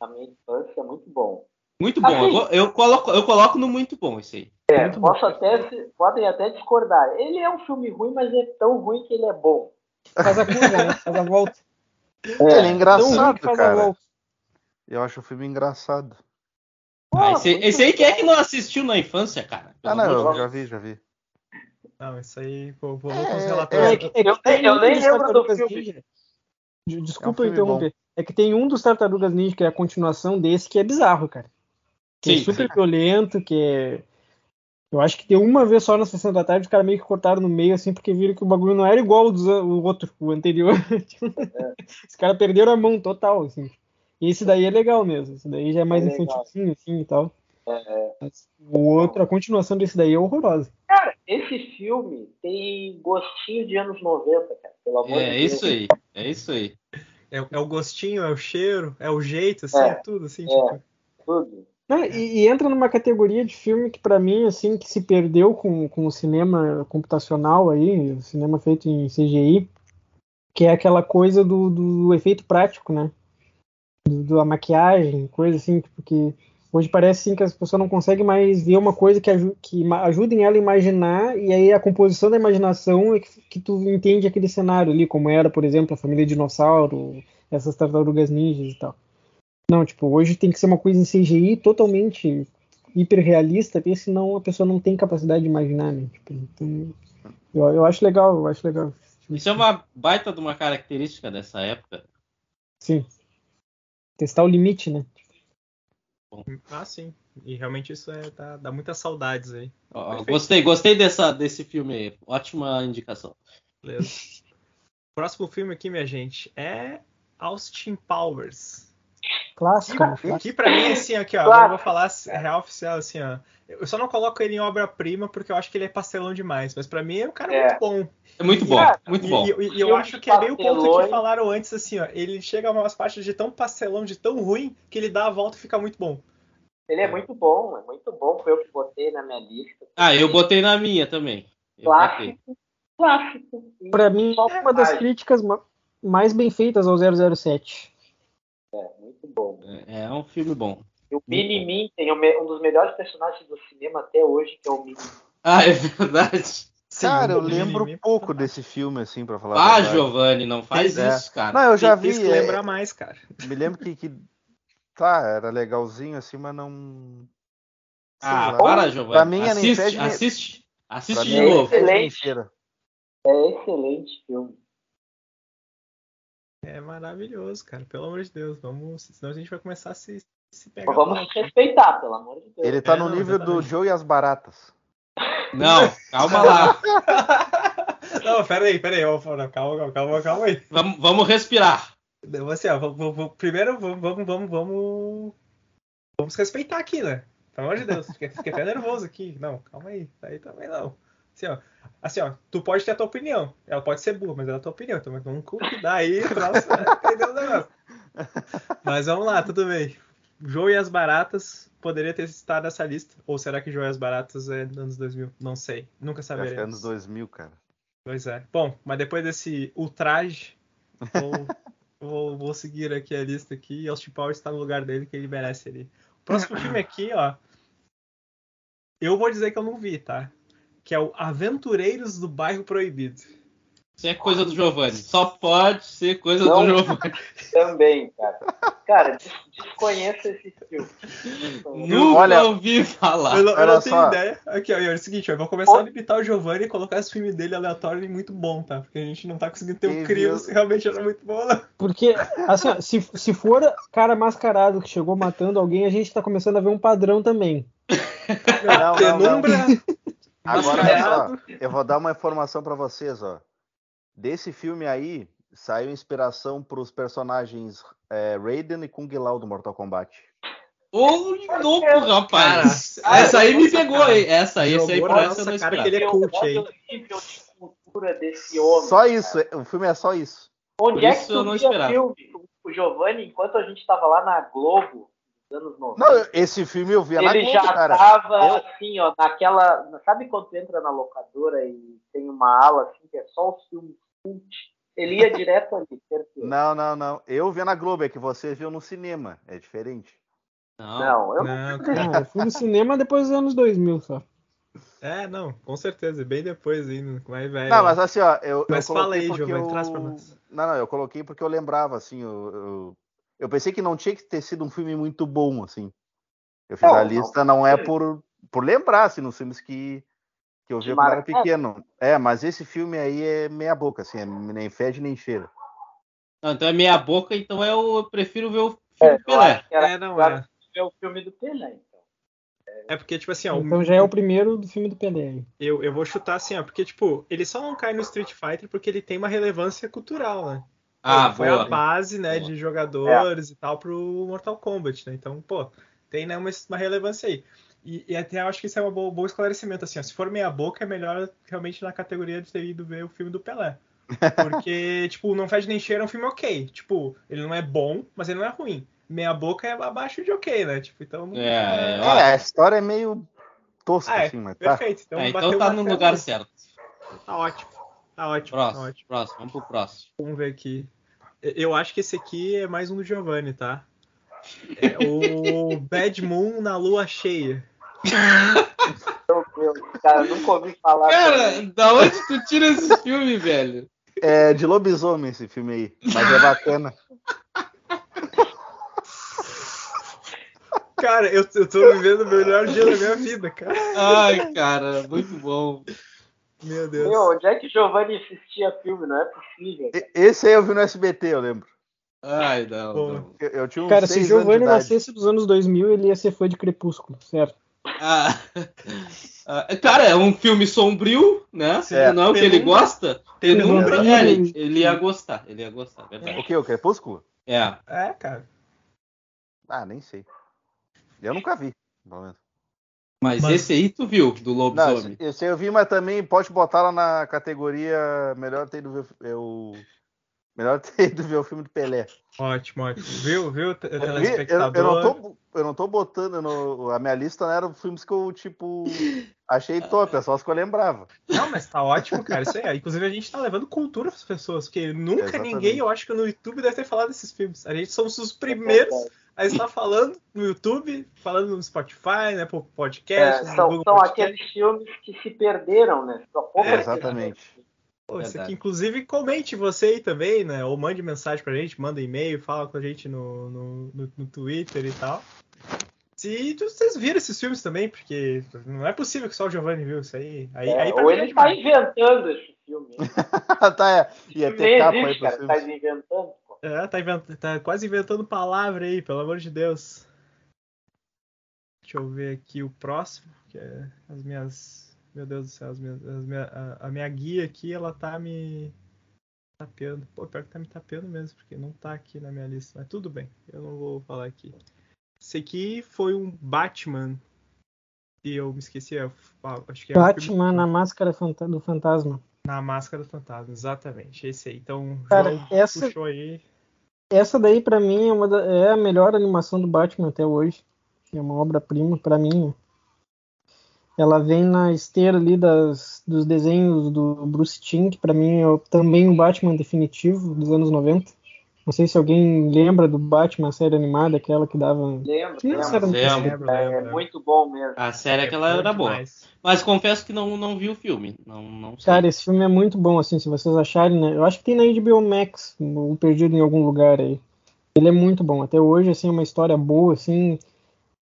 a minha infância, muito bom.
Muito bom.
Assim-
Eu, vou- eu coloco, eu coloco no muito bom isso aí.
É,
Muito
posso até, se- podem até discordar. Ele é um filme ruim, mas é tão ruim que ele é bom.
Faz a curva, né? Faz a volta.
Ele é
Tão ruim
engraçado,
que faz a
cara.
volta.
Eu acho o filme engraçado.
Ah,
Pô,
esse,
muito
esse aí quem é que não assistiu na infância, cara?
Ah,
Pelo
não,
amor de
eu
Deus.
já vi, já vi.
Não, isso aí, vou, vou, vou com os
É,
relatores.
É, que- é que
Eu-
tem
eu
um
nem
dos
lembro do
Tartarugas
filme.
Ninja. De-
É
Desculpa
um filme
interromper. É que tem um dos Tartarugas Ninja, que é a continuação desse, que é bizarro, cara. Que é
Sim,
super violento, que é. Eu acho que tem uma vez só na sessão da tarde, os caras meio que cortaram no meio, assim, porque viram que o bagulho não era igual ao dos an- o outro, o anterior. Tipo, Os caras perderam a mão total, assim. E esse daí é legal mesmo, esse daí já é mais
É legal.
infantilzinho, assim e tal. Mas o outro, a continuação desse daí é horrorosa.
Cara, esse filme tem gostinho de anos 90, cara. Pelo amor de
É
Deus.
isso aí. É isso aí.
É, é o gostinho, é o cheiro, é o jeito, assim,
É,
tudo, assim,
é.
tipo.
Tudo.
Não, e, e entra numa categoria de filme que pra mim assim que se perdeu com, com o cinema computacional aí, o cinema feito em CGI, que é aquela coisa do, do efeito prático, né? do, da maquiagem, coisa assim, tipo, que hoje parece assim, que as pessoas não conseguem mais ver uma coisa que, aju que ajudem ela a imaginar, e aí a composição da imaginação é que, que tu entende aquele cenário ali, como era, por exemplo, a família dinossauro, essas tartarugas ninjas e tal. Não, tipo, hoje tem que ser uma coisa em CGI totalmente hiperrealista, porque senão a pessoa não tem capacidade de imaginar, né? Tipo, então, eu, eu acho legal, eu acho legal.
Isso é uma baita de uma característica dessa época.
Sim. Testar o limite, né?
Ah, sim. E realmente isso é, tá, dá muitas saudades aí.
Ó, gostei, gostei dessa, desse filme aí. Ótima indicação.
Beleza. Próximo filme aqui, minha gente, é Austin Powers.
Clássico. né?
Que, que pra mim, assim, aqui, ó, agora eu vou falar a real oficial, assim, ó. Eu só não coloco ele em obra-prima porque eu acho que ele é pastelão demais, mas pra mim é um cara
É.
muito bom.
É muito bom,
Cara,
muito
E-
bom.
E, e eu
Eu
acho que é bem o ponto
pastelões.
que falaram antes, assim, ó. Ele chega a umas partes de tão pastelão, de tão ruim, que ele dá a volta e fica muito bom.
Ele é muito bom, é muito bom. Foi eu que botei na minha lista.
Ah, eu botei na minha também. Eu botei.
Clássico. Clássico. sim.
Pra mim, uma das
Ai.
críticas ma- mais bem feitas ao 007.
É, muito bom.
É é um filme bom.
E o Minimin tem o me- um dos melhores personagens do cinema até hoje, que é o Minimin.
Ah, é verdade.
Cara, eu
Sim,
lembro
mim-
pouco desse filme, assim, pra falar. a
Ah,
verdade.
Giovanni, não faz
É.
isso, cara.
Não, eu já
Tem
vi.
que
é-
lembrar mais, cara.
me lembro que, que. Tá, era legalzinho, assim, mas não. sei
Ah,
lá.
para, Giovanni.
Pra mim era em
assiste,
fede-
assiste, assiste
Pra
de
mim,
novo.
fede nem
Excelente.
cheira.
É excelente filme.
É maravilhoso, cara. Pelo amor de Deus. Vamos, senão a gente vai começar a se, se
É
pegar.
Mas vamos
pela-
se respeitar, pelo amor de Deus.
Ele tá
É,
no
não,
nível do
exatamente.
Joe e as Baratas.
Não, calma lá.
Não, pera aí, pera aí. ó, Calma, calma, calma, calma aí.
Vamos, vamos respirar.
Eu, assim, ó, vou- vou- vou- primeiro vamos, vamos, vamos, vamos, vamos respeitar aqui, né? Pelo amor de Deus, fiquei, fiquei até nervoso aqui. Não, calma aí, aí também não. Assim, ó, assim, ó, tu pode ter a tua opinião. Ela pode ser boa, mas ela é a tua opinião. Então vamos cuidar né? aí, nossa, entendeu o negócio. Mas vamos lá, tudo bem. João e as Baratas poderia ter estado nessa lista. Ou será que João e as Baratas é dos anos 2000? Não sei. Nunca
Tá
Eu Acho que é
saberemos.
anos 2000, cara.
Pois é. Bom, mas depois desse ultraje, vou, vou, vou seguir aqui a lista aqui e Austin Powers está no lugar dele que ele merece ali. O próximo filme aqui, ó. Eu vou dizer que eu não vi, tá? Que é o Aventureiros do Bairro Proibido.
Isso é coisa do Giovanni. Só pode ser coisa
Não.
do Giovanni.
Também, cara. Cara, des- desconheço esse filme. Desconheço.
Nunca
Olha-
ouvi falar.
eu não, eu
Ah, olha
não tenho
só.
ideia. Aqui, ó, é o seguinte, ó, eu vou começar a limitar o Giovanni e colocar esse filme dele aleatório e muito bom, tá? Porque a gente não tá conseguindo ter um
Quem
crivo
viu-
se realmente era muito bom, né? não.
Porque, assim, ó, se, se for cara mascarado que chegou matando alguém, a gente tá começando a ver um padrão também.
Não, não, não.
Penumbra,
Agora,
é
olha
Mascarado.
só, eu vou dar uma informação pra vocês, ó. Desse filme aí, saiu inspiração pros personagens é, Raiden e Kung Lao do Mortal Kombat.
Ô, louco, rapaz.
Cara,
essa aí me
nossa,
pegou,
cara.
hein? Essa aí, essa aí
Jogou
por
na
essa eu
nossa
não
cara
esperava.
que ele é cult,
Olha
hein?
o nível um de cultura desse homem.
Só isso, é- o filme é só isso.
Por
Onde é
isso
que
eu
tu
não
via
esperava.
filme? O Giovanni, enquanto a gente tava lá na Globo, nos anos 90,
Não, eu- esse filme eu via na
ele
Globo,
já
cara.
tava
Eu-
assim, ó, naquela... Sabe quando tu entra na locadora e tem uma ala assim, que é só os filmes cult? Ele ia direto ali, certeza.
Não, não, não. Eu vi na Globo, é que você viu no cinema. É diferente.
Não,
Não, eu
Não, cara.
Não, Ah, eu fui no cinema depois dos anos 2000 só.
É, não, com certeza, bem depois ainda, mais velho.
não, mas assim, ó, eu, eu
Mas fala
coloquei
aí,
porque
Giovanni,
eu...
traz pra nós.
Não, não, eu coloquei porque eu lembrava, assim, eu, eu, eu pensei que não tinha que ter sido um filme muito bom, assim. Eu fiz
Não,
a
não.
lista, não, é por, por lembrar, assim, nos filmes que, que eu
Te
vi quando era
marcaram.
pequeno. É, mas esse filme aí é meia boca, assim, é nem fede nem cheira.
Não, então é meia boca, então é o- eu prefiro ver o filme
É,
do
eu
Pelé.
acho que era
É, não
claro
é.
que é o filme do Pelé, então.
É porque, tipo assim, ó,
Então já é o primeiro do filme do Pelé. aí.
eu, eu vou chutar assim, ó, porque, tipo, ele só não cai no Street Fighter porque ele tem uma relevância cultural, né?
Ah,
Foi a
boa.
base, né,
Boa.
de jogadores e tal pro Mortal Kombat, né? Então, pô, tem né, uma, uma relevância aí. E, e até eu acho que isso é um bom, bom esclarecimento, assim, ó, se for meia boca, é melhor realmente na categoria de ter ido ver o filme do Pelé. Porque, tipo, Não Fede Nem Cheira é um filme ok. Tipo, ele não é bom, mas ele não é ruim. Meia boca é abaixo de ok, né? Tipo, então...
É,
É,
ó,
a história é meio tosca,
Ah, é,
assim, mas tá.
Perfeito. Então,
é, então
bateu
tá
o
no
martelo
lugar
aí.
certo.
Tá ótimo. Tá ótimo. Tá
Próximo,
ótimo.
próximo, vamos pro próximo.
Vamos ver aqui. E- Eu acho que esse aqui é mais um do Giovanni, tá? É o Bad Moon na lua cheia.
Meu Deus, cara, eu nunca ouvi
Tá
falar.
Cara, da onde tu tira esse filme, velho?
É de lobisomem esse filme aí, mas é bacana.
Cara, eu, eu tô vivendo o melhor dia da minha vida, cara.
Ai, cara, muito bom.
Meu Deus.
Meu, onde é que Giovanni assistia filme? Não é possível.
E- Esse aí eu vi no SBT, eu lembro.
Ai, não, não.
Eu, eu tinha uns
Cara, se
seis
Giovanni
anos de idade.
nascesse nos anos 2000, ele ia ser fã de Crepúsculo, certo?
Ah, ah, cara, é um filme sombrio, né?
É.
Não é o que ele
Penumbra.
gosta. Penumbra,
Penumbra.
é, ele, ele ia gostar, ele ia gostar,
O
verdade.
que? O Crepúsculo?
É.
É, cara.
Ah, nem sei. Eu nunca vi, pelo menos.
Mas,
Mas-
esse aí tu viu, do
Não,
lobisomem.
esse, esse aí eu vi, mas também pode botar lá na categoria melhor ter ido ver o fi- é o melhor ter ido ver o filme do Pelé.
Ótimo, ótimo. Viu, viu, te-
Eu, vi- eu- eu
telespectador?
não tô, eu não tô botando no- a minha lista não era filmes que eu tipo achei top, é só os que eu lembrava.
Não, mas tá ótimo, cara. Isso aí. Inclusive, a gente tá levando cultura pras pessoas, porque nunca
Exatamente.
ninguém, eu acho que no YouTube deve ter falado desses filmes. A gente somos os
É
primeiros a estar falando no YouTube, falando no Spotify, né? Por podcast,
É,
no
são
Google
são
Podcast.
aqueles filmes que se perderam, né? Só pouca
É,
exatamente.
Pô, isso
Verdade.
aqui, inclusive, comente você aí também, né? Ou mande mensagem pra gente, manda e-mail, fala com a gente no, no, no, no Twitter e tal. Se vocês viram esses filmes também, porque não é possível que só o Giovanni viu isso aí. aí,
É,
aí pra
ou
mim é
ele tá
demais.
inventando esse filme.
tá, é, ia ter
Nem
capa aí
existe,
pros
cara. Tá
filmes.
inventando, pô.
É, tá, invent- tá quase inventando palavra aí, pelo amor de Deus. Deixa eu ver aqui o próximo, que é as minhas. Meu Deus do céu, as minhas, as minha- a, a minha guia aqui, ela tá me tapeando. Pô, pior que tá me tapeando mesmo, porque não tá aqui na minha lista. Mas tudo bem, eu não vou falar aqui. Esse aqui foi um Batman. E eu me esqueci, é, ah, acho que é um filme-
Batman na Máscara Fanta- do Fantasma.
na Máscara do Fantasma, exatamente. Esse aí. Então, o
Cara,
João
essa-
puxou aí.
Essa daí, pra mim, é, uma da- é a melhor animação do Batman até hoje. É uma obra-prima pra mim. né? Ela vem na esteira ali das, dos desenhos do Bruce Timm, que pra mim é o- também o Batman definitivo dos anos 90. Não sei se alguém lembra do Batman, a série animada, aquela que dava...
Lembro,
Que isso,
lembro.
Lembro.
Lembro,
É,
lembro, lembro.
muito bom mesmo.
A série aquela
é bom
era boa.
demais.
Mas confesso que não, não vi o filme. Não, não sei.
Cara, esse filme é muito bom, assim, se vocês acharem, né? Eu acho que tem na HBO Max, ou perdido em algum lugar aí. Ele é muito bom. Até hoje, assim, é uma história boa, assim.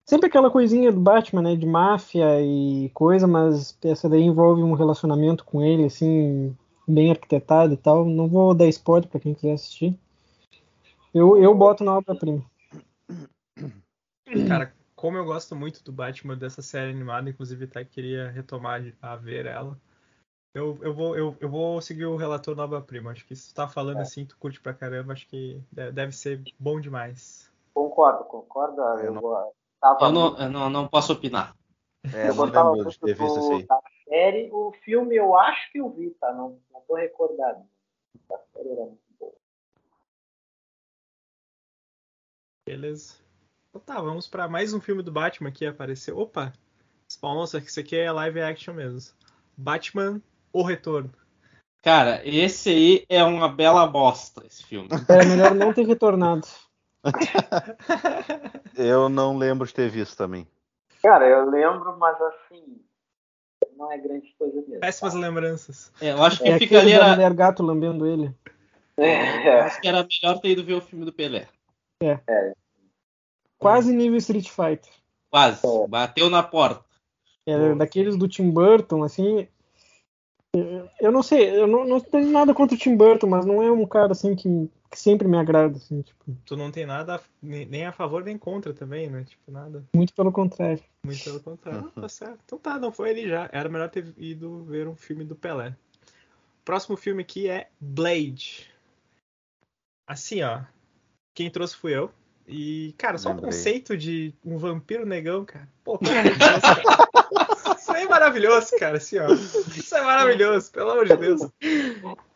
Sempre aquela coisinha do Batman, né? De máfia e coisa, mas essa daí envolve um relacionamento com ele, assim, bem arquitetado e tal. Não vou dar spoiler pra quem quiser assistir. Eu, eu boto na obra-prima.
Cara, como eu gosto muito do Batman dessa série animada, inclusive até queria retomar de- a ver ela. Eu, eu, vou, eu, eu vou seguir o relator Nova Prima. Acho que se tu tá falando
É.
assim, tu curte pra caramba, acho que de- deve ser bom demais.
Concordo, concordo. Eu,
Eu não-
go- tava
Eu não, eu não, não posso opinar.
É,
eu
não
gostava
lembro de
muito
ter visto isso
do,
aí.
da série. O filme eu acho que eu vi, tá? Não, não tô recordado. A série era muito boa.
Beleza. Então tá, vamos pra mais um filme do Batman que apareceu. Opa! Spawn, só que isso aqui é live action mesmo. Batman, O Retorno.
Cara, esse aí é uma bela bosta, esse filme.
Era É melhor não ter retornado.
Eu não lembro de ter visto também.
Cara, eu lembro, mas assim, não é grande coisa mesmo.
Péssimas lembranças.
É, Eu acho que
É
fica
aquele
ali.
da
Era,
mulher gato lambendo ele.
É,
acho que era melhor ter ido ver o filme do Pelé.
Quase nível Street Fighter.
Quase. Bateu na porta.
É,
Boa.
daqueles do Tim Burton, assim. eu- Eu não sei, eu não, não tenho nada contra o Tim Burton, mas não é um cara assim que, que sempre me agrada, assim, tipo,
Tu não tem nada a- nem nem a favor nem contra também, né? Tipo, nada.
muito pelo contrário.
Muito pelo contrário. Ah, tá certo. Então tá, não foi ele já. Era melhor ter ido ver um filme do Pelé. Próximo filme aqui é Blade. Assim, ó. Quem trouxe fui eu. E, cara, só o
Lembrei.
conceito de um vampiro negão, cara. Pô, pelo amor de Deus, cara. Isso aí é maravilhoso, cara, assim, ó. Isso é maravilhoso, pelo amor de Deus.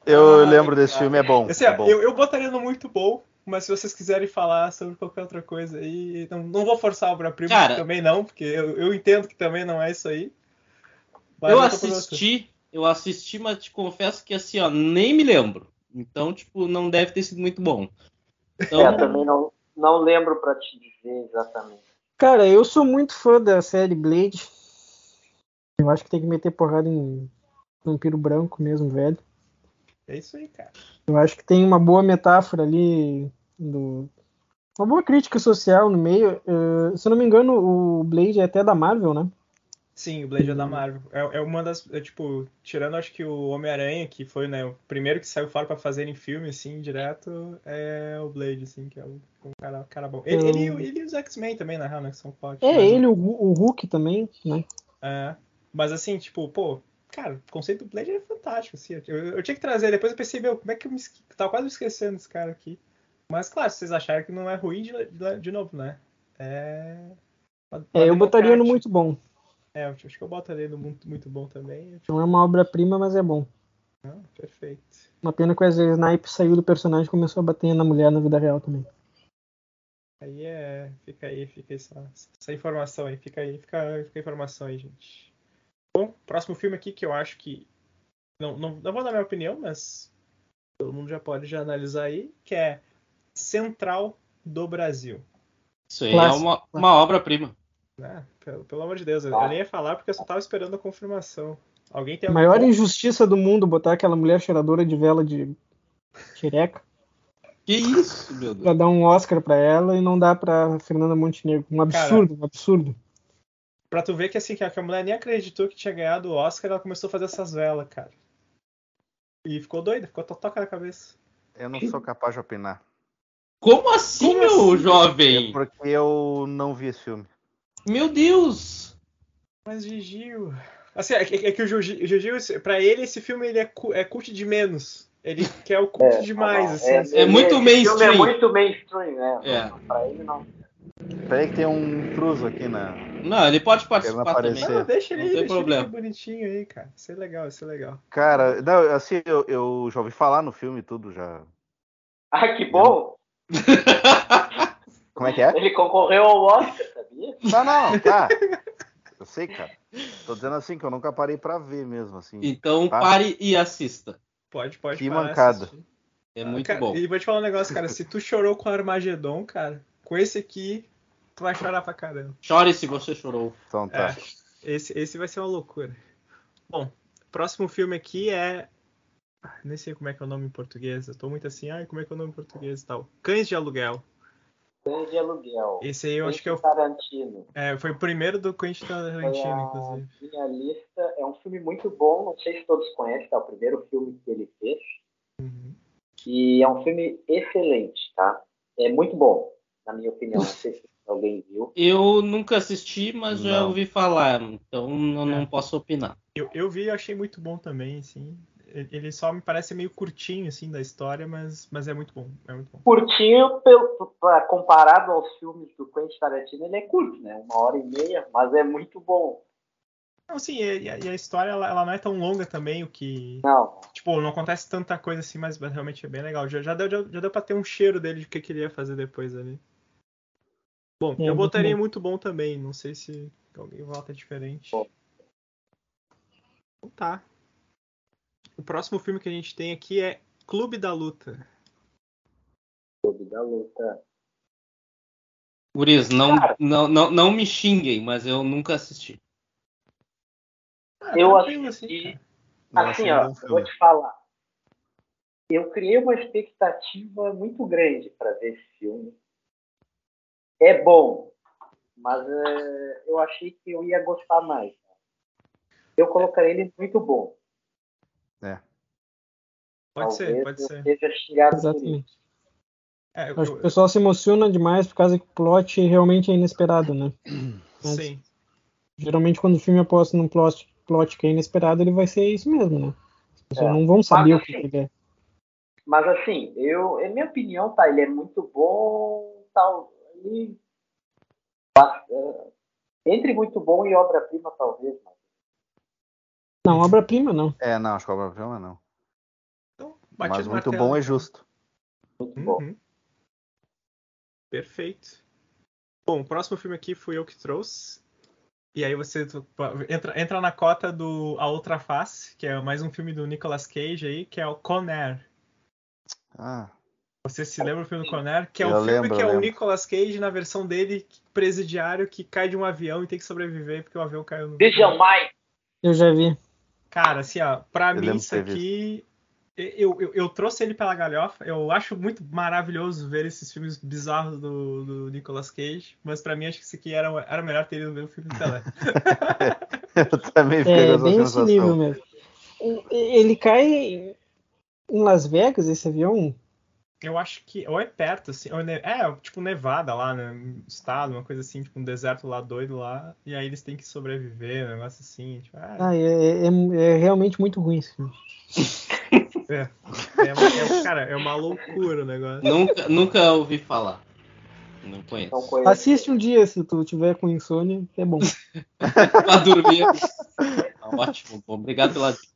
Eu
Ah,
lembro desse
cara.
filme, é bom.
Assim,
é
ó,
bom.
eu, eu botaria no muito bom, mas se vocês quiserem falar sobre qualquer outra coisa aí, não, não vou forçar a obra-prima
Cara.
que também não, porque eu, eu entendo que também não é isso aí. Mas
eu
tô por você.
assisti, eu assisti, mas te confesso que assim, ó, nem me lembro. Então, tipo, não deve ter sido muito bom. Então,
é, também não, não lembro pra te dizer exatamente.
Cara, eu sou muito fã da série Blade. Eu acho que tem que meter porrada em vampiro branco mesmo, velho.
É isso aí, cara.
Eu acho que tem uma boa metáfora ali do. Uma boa crítica social no meio. Eh, se eu não me engano, o Blade é até da Marvel, né?
Sim, o Blade é da Marvel. É, é uma das. é, tipo, tirando acho que o Homem-Aranha, que foi né, o primeiro que saiu fora pra fazer em filme, assim, direto, é o Blade, assim, que é um, um cara, um cara bom. Ele,
Eu-
ele, e o- ele e os X-Men também, na real, né? Que são fortes.
É
mas-
ele, o, o Hulk também, né?
É. Mas assim, tipo, pô, cara, o conceito do Blade é fantástico, assim. Eu, eu tinha que trazer, depois eu pensei, meu, como é que eu me esque... tava quase me esquecendo desse cara aqui. Mas claro, se vocês acharem que não é ruim de, de- de novo, né? É.
É, eu botaria no
Democrático.
muito bom.
É, eu acho que eu botaria no muito, muito bom também.
Não é uma obra-prima, mas é bom.
Não, perfeito.
Uma pena que o Wesley Snipes saiu do personagem e começou a bater na mulher na vida real também.
Aí é. Fica aí, fica aí essa, essa informação aí. Fica aí, fica, fica a informação aí, gente. Bom, próximo filme aqui que eu acho que. Não, não, não vou dar minha opinião, mas todo mundo já pode já analisar aí, que é Central do Brasil.
Isso aí
Clássico.
é uma, uma obra-prima.
Né? Pelo, pelo amor de Deus, eu,
Ah.
nem ia falar porque eu só tava esperando a confirmação. Alguém tem
A
algum
maior
ponto?
injustiça do mundo botar aquela mulher cheiradora de vela de xereca
Que isso, meu Deus.
pra dar um Oscar pra ela e não dá pra Fernanda Montenegro. Um absurdo, um absurdo.
Pra tu ver que assim, que a que a mulher nem acreditou que tinha ganhado o Oscar, ela começou a fazer essas velas, cara. E ficou doida, ficou totoca na cabeça.
Eu não sou capaz de opinar.
Como assim,
Como
meu
assim?
jovem?
Porque eu não vi esse filme.
Meu Deus!
Mas Gigio. Assim, é que, é que o Gigi- o Gigio, esse- pra ele, esse filme ele é, cu- é cult de menos. Ele quer o cult
É,
demais, assim.
é,
É muito
esse filme
mainstream.
É muito mainstream, né?
É.
Pra ele não.
Peraí que tem um intruso aqui na.
Não, ele pode
Querendo
participar também.
aparecer.
Não, deixa ele
não
aí,
tem
deixa
problema.
ele aí bonitinho aí, cara. Isso é legal, isso é legal.
Cara, não, assim, eu, eu já ouvi falar no filme e tudo já.
Ah, que bom!
Como é que é?
Ele concorreu ao Oscar, sabia?
Não, não, tá. Eu sei, cara. Tô dizendo assim que eu nunca parei pra ver mesmo, assim.
Então
Tá.
pare e assista.
Pode, pode.
Que
parar de
mancada.
assistir.
É muito
Cara,
bom.
E vou te falar um negócio, cara. Se tu chorou com o Armagedon, cara, com esse aqui, tu vai chorar pra caramba.
Chore se você chorou.
Então tá.
É. Esse, esse vai ser uma loucura. Bom, próximo filme aqui é. Ah, Nem sei como é que é o nome em português. Eu tô muito assim, ai, como é que é o nome em português e tal. Cães de Aluguel.
Grande de aluguel.
Esse aí eu acho que é o-
Tarantino.
é, foi o primeiro do Quentin
Foi
Tarantino,
a
inclusive.
minha lista. É um filme muito bom, não sei se todos conhecem, tá? O primeiro filme que ele fez.
Uhum.
E é um filme excelente, tá? É muito bom, na minha opinião. Não sei se alguém viu.
Eu nunca assisti, mas já
Não.
ouvi falar, então eu não
É.
posso opinar.
Eu, eu vi e achei muito bom também, assim. Ele ele só me parece meio curtinho, assim, da história, mas, mas é muito bom. É muito bom.
Curtinho, pelo, pra- comparado aos filmes do Quentin Tarantino, ele é curto, né? Uma hora e meia, mas é muito bom.
Não, sim, e, a- e a história ela, ela não é tão longa também, o que.
Não,
Tipo, não acontece tanta coisa assim, mas mas realmente é bem legal. Já, já, deu, já, já deu pra ter um cheiro dele de o que que ele ia fazer depois ali. Bom,
É,
eu
muito
botaria muito bom também. Não sei se alguém vota diferente.
Bom.
Então tá. O próximo filme que a gente tem aqui é Clube da Luta.
Clube da Luta.
Guris, não, não, não, não me xinguem, mas eu nunca assisti.
Ah,
Eu
tranquilo, assim,
assisti.
cara.
Não,
assim,
achei um
ó,
bom
eu
filme.
vou te falar. Eu criei uma expectativa muito grande para ver esse filme. É bom, mas eh, eu achei que eu ia gostar mais. Eu colocaria ele muito bom.
Pode
Talvez
ser, pode
eu
ser.
Seja xingado por isso.
Exatamente.
É, eu-
Acho que o
eu-
pessoal se emociona demais por causa que o plot realmente é inesperado, né? Mas
sim.
Geralmente quando o filme aposta num plot, plot que é inesperado, ele vai ser isso mesmo, né? As pessoas
É.
não vão saber
Mas
o que
assim,
que ele é.
Mas assim, eu, é minha opinião, tá? Ele é muito bom, tal. E, Tá, é, entre muito bom e obra-prima, talvez. Mas
Não, obra-prima não.
É, não, acho que o filme não.
Então, bati
Mas
no
muito
martelo.
bom é e justo.
muito bom.
Uhum. Perfeito. Bom, o próximo filme aqui fui eu que trouxe. E aí você tu- entra, entra na cota do A Outra Face, que é mais um filme do Nicolas Cage aí, que é o Con Air.
Ah,
Você se lembra do filme do Conner? Que é
Eu
um filme que
lembro,
é
eu
o
lembro.
Nicolas Cage na versão dele presidiário que cai de um avião e tem que sobreviver porque o avião caiu no.
Veja mais.
Eu já vi.
Cara, assim, ó, pra
Eu
mim
lembro
isso
de ter
aqui. Eu, eu, eu trouxe ele pela galhofa. Eu acho muito maravilhoso ver esses filmes bizarros do, do Nicolas Cage, mas pra mim acho que isso aqui era, era melhor ter ido ver o filme do Pelé.
Eu também fiquei
É
com essa
bem esse
sensação.
nível mesmo. E- Ele cai em Las Vegas, esse avião?
Eu acho que. Ou é perto, assim. Ou é, ne- é, tipo Nevada lá, né? Um estado, uma coisa assim, tipo um deserto lá doido lá. E aí eles têm que sobreviver, um negócio assim. Tipo, ah,
Ah, é, é- é- é realmente muito ruim esse filme.
é uma- é- cara, é uma loucura o negócio.
Nunca, nunca ouvi falar. Não conheço.
Não conheço.
Assiste um dia se tu tiver com insônia, é bom.
Pra dormir. Tá Ótimo, bom. obrigado pela dica.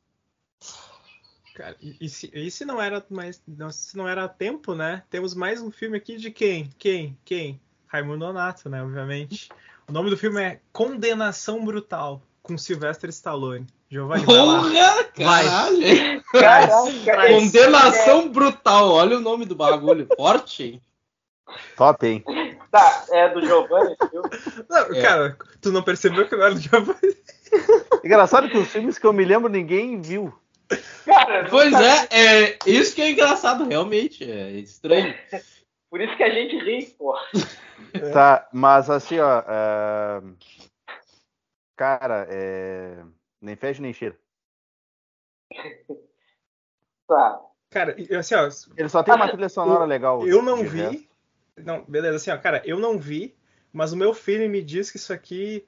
Cara, e, e se, e se não era mais. não- se não era tempo, né? Temos mais um filme aqui de quem? Quem? Quem? Raimundo Nonato, né? Obviamente. O nome do filme é Condenação Brutal, com Sylvester Stallone. Giovanni, vai lá.
Porra,
Vai.
caralho. hein?
Caraca,
Vai.
esse-
Condenação brutal. Olha o nome do bagulho. Forte, hein?
Top, hein?
Tá, é do Giovanni esse filme?
Não,
É.
Cara, tu não percebeu que não era do Giovanni?
Engraçado que os filmes que eu me lembro ninguém viu.
Cara, eu
Pois
nunca-
é, é isso que é engraçado, realmente. É estranho.
Por isso que a gente ri, pô. É.
Tá, mas assim, ó. ah, Cara, é... nem fecha nem cheira.
Tá.
Cara, e- assim, ó,
Ele só tem uma trilha sonora
eu-
legal.
Eu não
De resto.
vi. Não, beleza, assim, ó, cara, eu não vi, mas o meu filho me diz que isso aqui.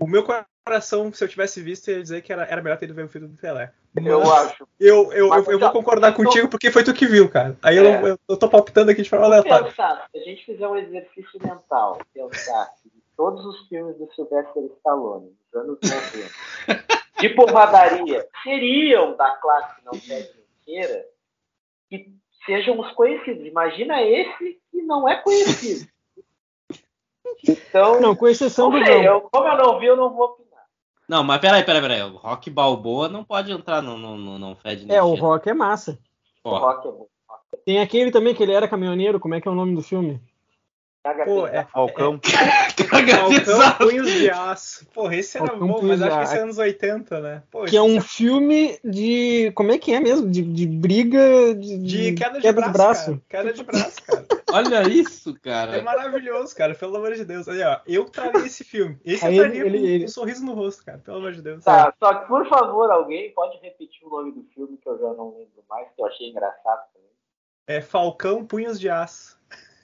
O meu coração, se eu tivesse visto, ia dizer que era, era melhor ter ido ver o filho do Pelé.
Eu
Mas
acho.
Eu, eu,
Mas
eu, eu
tá-
vou concordar
mas tô-
contigo porque foi tu que viu, cara. Aí eu,
É.
não- eu, eu tô palpitando aqui de forma aleatória.
Pensar, se a gente fizer um exercício mental, pensar que todos os filmes do Sylvester Stallone, dos anos 90, de porradaria, seriam da classe não pede mentira, que sejam os conhecidos. Imagina esse que não é conhecido. Então,
Não, com exceção
não
do
sei,
João.
eu, como eu não vi, eu não vou opinar.
Não, mas peraí, peraí, peraí. O Rock Balboa não pode entrar no, no, no, no Fed
É, o rock é massa.
O rock é bom.
Tem aquele também que ele era caminhoneiro, como é que é o nome do filme?
Caga
Pô,
pesado.
é.
Falcão.
Falcão Punhos de Aço. Porra, esse era
Falcão
bom, mas
Punhos de
acho que
Aço.
esse é anos 80, né? Pô,
Que é um filme de. Como é que é mesmo? De, de briga. De,
De queda de braço, cara. Queda de braço, cara.
Olha isso,
É
cara.
maravilhoso, cara, pelo amor de Deus. Aí, ó, eu traria esse filme. Esse
Aí
eu
ele-
traria
ele-
com
ele-
um sorriso no rosto, cara, pelo amor de Deus.
Tá, só que por favor, alguém pode repetir o nome do filme que eu já não lembro mais, que eu achei engraçado também.
É Falcão Punhos de Aço.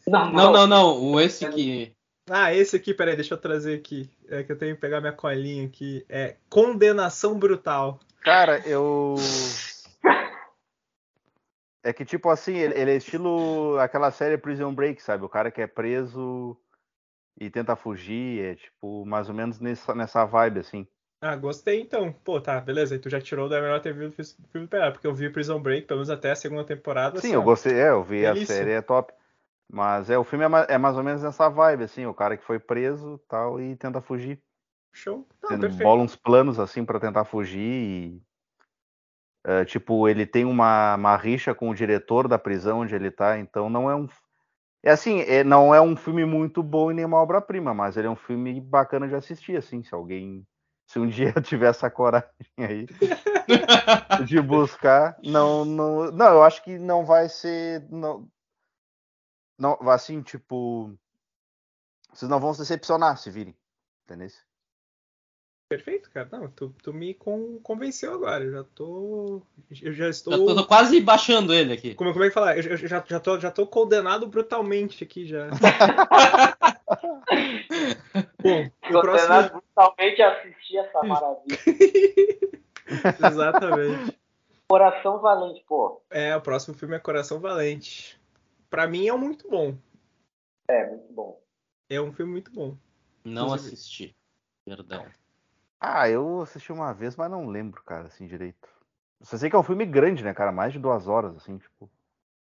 Não, não, não. O esse que.
Ah, esse aqui, peraí, deixa eu trazer aqui. É que eu tenho que pegar minha colinha aqui. É Condenação Brutal.
Cara, eu. É que, tipo assim, ele, ele é estilo aquela série Prison Break, sabe? O cara que é preso e tenta fugir, é tipo, mais ou menos nessa, nessa vibe, assim.
Ah, gostei então. Pô, tá, beleza. Aí tu já tirou da melhor TV do filme Pelé, porque eu vi Prison Break, pelo menos até a segunda temporada.
Sim,
assim,
eu
ó.
gostei, é, eu vi a
Delícia.
série, é top. Mas é, o filme é, ma- é mais ou menos nessa vibe, assim, o cara que foi preso tal e tenta fugir.
Show. Não,
Ele
perfeito.
bola uns planos assim pra tentar fugir e é, tipo ele tem uma, uma rixa com o diretor da prisão onde ele tá, então não é um é assim, é- não é um filme muito bom e nem uma obra-prima, mas ele é um filme bacana de assistir assim, se alguém se um dia eu tiver essa coragem aí de buscar, não não, não eu acho que não vai ser não não assim, tipo vocês não vão se decepcionar se virem, entendeu?
Perfeito, cara. Não, tu, tu me con- convenceu agora. Eu já tô. Eu já estou.
Eu tô, tô quase baixando ele aqui.
Como, como é que fala? Eu, eu já, já, tô, já tô condenado brutalmente aqui já. Bom, o
Condenado
próximo.
brutalmente a assistir essa maravilha.
Exatamente.
Coração Valente, pô.
É, o próximo filme é Coração Valente. Pra mim é um muito bom.
É, muito bom.
É um filme muito bom.
Não
Inclusive.
assisti. Perdão.
Ah, eu assisti uma vez, mas não lembro, cara, assim, direito. Eu Só sei que é um filme grande, né, cara? Mais de duas horas, assim, tipo.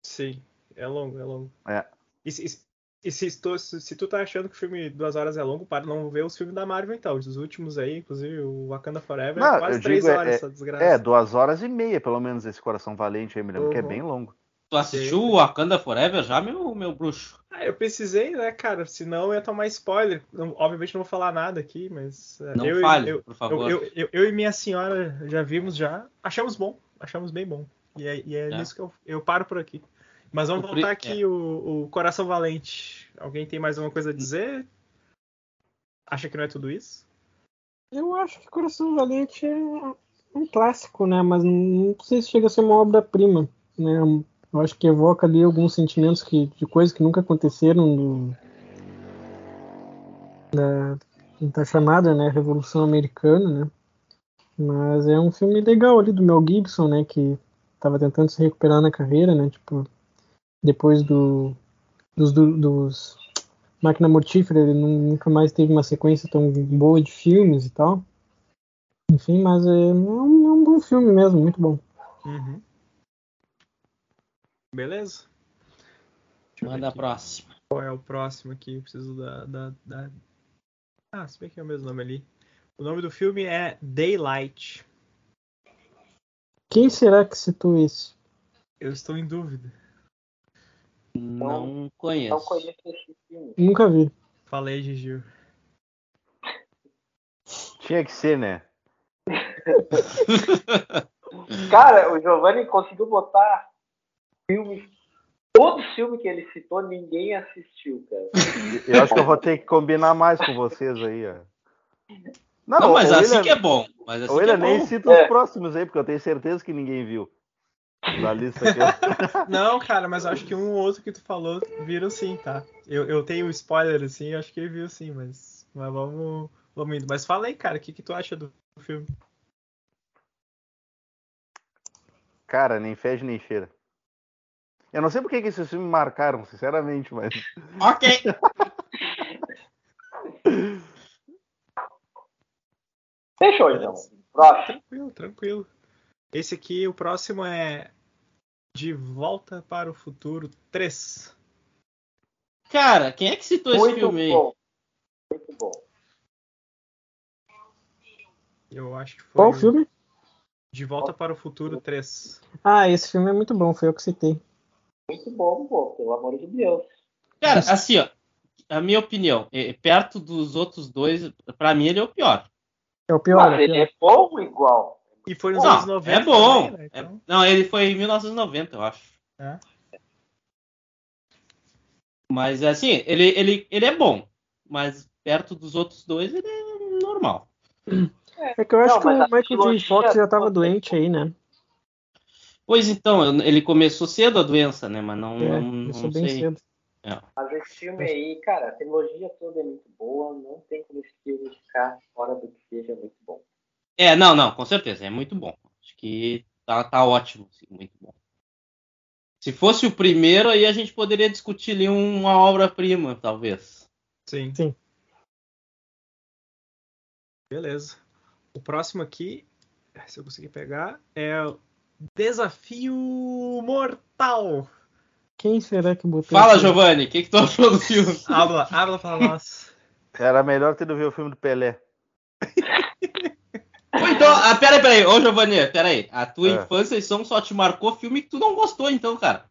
Sim, é longo, é longo.
É.
E, se- e se- e se, estou- se- se tu tá achando que o filme duas horas é longo, para não ver os filmes da Marvel então. Os últimos aí, inclusive o Wakanda Forever,
Não,
é quase
eu
três
digo, é-
horas essa desgraça.
É, duas horas e meia, pelo menos, esse Coração Valente aí, me lembro que é
Uhum.
bem longo.
Tu assistiu o Wakanda Forever já, meu, meu bruxo?
Ah, eu precisei, né, cara? Senão eu ia tomar spoiler. Não- obviamente não vou falar nada aqui, mas. eh,
Não
eu,
fale,
eu,
por favor.
Eu, eu- eu- eu e minha senhora já vimos já. Achamos bom. Achamos bem bom. E é, e é
É.
nisso que eu, eu paro por aqui. Mas vamos
O pri- é.
voltar aqui o, o Coração Valente. Alguém tem mais alguma coisa a dizer? Acha que não é tudo isso?
Eu acho que Coração Valente é um clássico, né? Mas não sei se chega a ser uma obra-prima, né? Eu acho que evoca ali alguns sentimentos que, de coisas que nunca aconteceram do, da, da chamada, né, Revolução Americana, né? Mas é um filme legal ali do Mel Gibson, né? Que tava tentando se recuperar na carreira, né? Tipo, depois do, dos, do- dos Máquina Mortífera, ele nu- nunca mais teve uma sequência tão boa de filmes e tal. Enfim, mas é, é um, é um bom filme mesmo, muito bom.
Uhum. Beleza? Deixa eu ver
Manda a
aqui.
próxima.
Qual é o próximo aqui? Eu preciso da, da, da- Ah, se bem que é o mesmo nome ali. O nome do filme é Daylight.
Quem será que citou esse?
Eu estou em dúvida.
Não conheço.
Não conheço esse filme.
Nunca vi.
Falei, Gigi.
Tinha que ser, né?
Cara, o Giovanni conseguiu botar filmes. Todo filme que ele citou, ninguém assistiu, cara.
Eu acho que eu vou ter que combinar mais com vocês aí, ó.
Não, mas
Ah, o
assim
William-
que é bom. Mas assim
O
que é
William nem
bom.
cita os
É.
próximos aí, porque eu tenho certeza que ninguém viu. Na lista aqui. ó.
Não, cara, mas eu acho que um ou outro que tu falou viram sim, tá? Eu, eu tenho spoiler, assim, eu acho que ele viu sim, mas, mas vamos, vamos indo. Mas fala aí, cara, o que, que tu acha do filme?
Cara, nem fede nem cheira. Eu não sei por que que esses filmes marcaram, sinceramente, mas.
Ok.
Fechou, então. Próximo.
Tranquilo, tranquilo. Esse aqui, o próximo é De Volta para o Futuro 3.
Cara, quem é que citou esse
Muito
filme aí?
bom. Muito bom.
Eu acho que foi. um
Qual o filme?
De Volta para o Futuro 3.
Ah, esse filme é muito bom, foi eu que citei.
Muito bom, pô. Pelo amor de Deus.
Cara, assim, ó. A minha opinião, é, perto dos outros dois, pra mim ele é o pior.
É o pior.
Mas
É o
ele
pior.
é bom igual.
E foi nos anos
Não,
90.
é bom.
também, né?
É-
Então,
não, ele foi em 1990, eu acho.
É.
Mas assim, ele, ele, ele é bom. Mas perto dos outros dois, ele é normal.
É que eu acho
Não,
que o
mas a
Michael J.
trilogia
Fox já tava
toda-
doente aí, né?
Pois então, eu- ele começou cedo a doença, né? Mas não,
É,
não, não
começou bem
sei.
cedo.
Mas esse filme aí, cara, a trilogia toda é muito boa. Não tem como esse filme ficar fora do que seja muito bom.
É, não, não, com certeza, é muito bom. Acho que tá, tá ótimo, assim, muito bom. Se fosse o primeiro, aí a gente poderia discutir ali uma obra-prima, talvez.
sim.
Sim.
Beleza. O próximo aqui, se eu conseguir pegar, é o Desafio Mortal.
Quem será que botou
Fala,
esse filme?
Giovanni, o que, que tu achou do filme?
Habla, habla para nós.
Era melhor ter ido ver o filme do Pelé.
Ou então, ah, peraí, peraí, ô Giovanni, peraí. A tua
É.
infância e som só te marcou filme que tu não gostou, então, cara.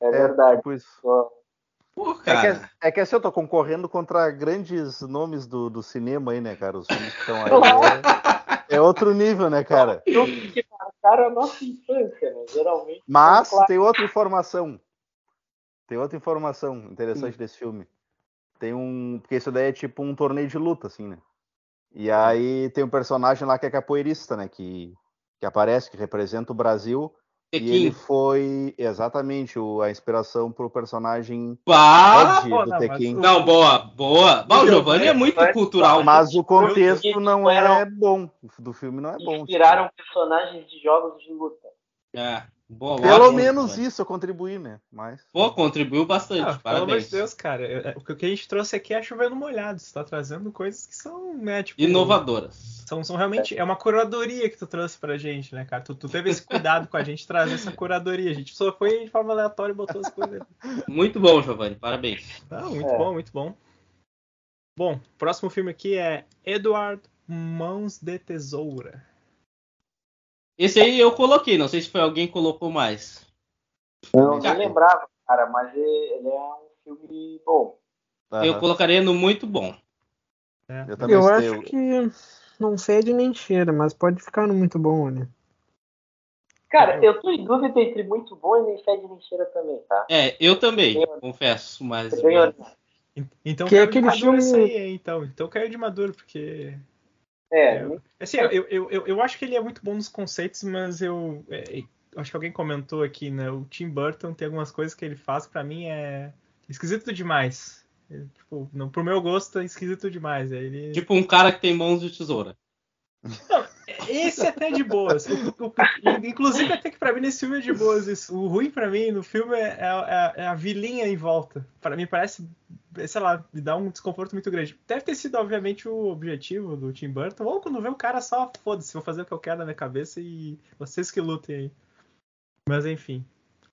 É, verdade.
tipo isso.
Só-
Pô,
É que,
cara.
é- é que assim eu tô concorrendo contra grandes nomes do, do cinema aí, né, cara? Os filmes que estão aí. É, é outro nível, né, cara?
Filmes que marcaram a nossa infância, né? Geralmente.
Mas
são clássicos.
tem outra informação. Tem outra informação interessante
Hum.
desse filme. Tem um. Porque isso daí é tipo um torneio de luta, assim, né? E aí tem um personagem lá que é capoeirista, né? Que, que aparece, que representa o Brasil. E ele
Tequim.
foi exatamente o- a inspiração pro personagem
Bah!
Ed
Ah, pô,
do
não, mas
Tekken.
o-
Não, boa, boa. Bah, o Giovanni é muito
Mas-
cultural.
Mas o contexto
Porque
não
tiveram-
é bom. Do filme não é bom. tipo.
Inspiraram personagens de jogos de luta.
É, boa,
Pelo
ótimo,
menos
Giovanni.
isso eu contribuí, né? Mas.
Pô, contribuiu bastante,
Ah, pelo amor
parabéns.
de Deus, cara. eu- é, O que a gente trouxe aqui é chovendo molhado. Você tá trazendo coisas que são, né, tipo.
Inovadoras.
São, são realmente. É uma curadoria que tu trouxe pra gente, né, cara? Tu, tu teve esse cuidado com a gente trazer essa curadoria. A gente só foi de forma aleatória e botou as coisas.
Muito bom, Giovanni, parabéns.
Ah, muito
É.
bom, muito bom. Bom, próximo filme aqui é Edward Mãos de Tesoura.
Esse aí eu coloquei, não sei se foi alguém que colocou mais.
Eu não
Tá.
me lembrava, cara, mas ele é um filme bom.
Eu
Aham.
colocaria no muito bom.
É.
Eu também
Eu
sei,
acho que não fede nem cheira, mas pode ficar no muito bom, né?
Cara, eu tô em dúvida entre muito bom e nem fede nem cheira também, tá?
É, eu também,
Eu-
confesso, mas.
Eu ganho-
En- Então
Que é
caiu de
aquele
maduro isso
filme-
aí, hein, então. Então caiu de maduro, porque
É,
Eu- Assim, eu, eu, eu, eu acho que ele é muito bom nos conceitos, mas eu, é, é, acho que alguém comentou aqui, né? O Tim Burton tem algumas coisas que ele faz, pra mim é esquisito demais. É, tipo, não, pro meu gosto é esquisito demais. é, Ele...
Tipo um cara que tem mãos de tesoura.
Esse até é de boas. O- o- o- inclusive, até que pra mim nesse filme é de boas isso. O ruim pra mim no filme é, é a- é a vilinha em volta. Pra mim parece, sei lá, me dá um desconforto muito grande. Deve ter sido, obviamente, o objetivo do Tim Burton. Ou quando vê o cara só, foda-se, vou fazer o que eu quero na minha cabeça e vocês que lutem aí. Mas enfim.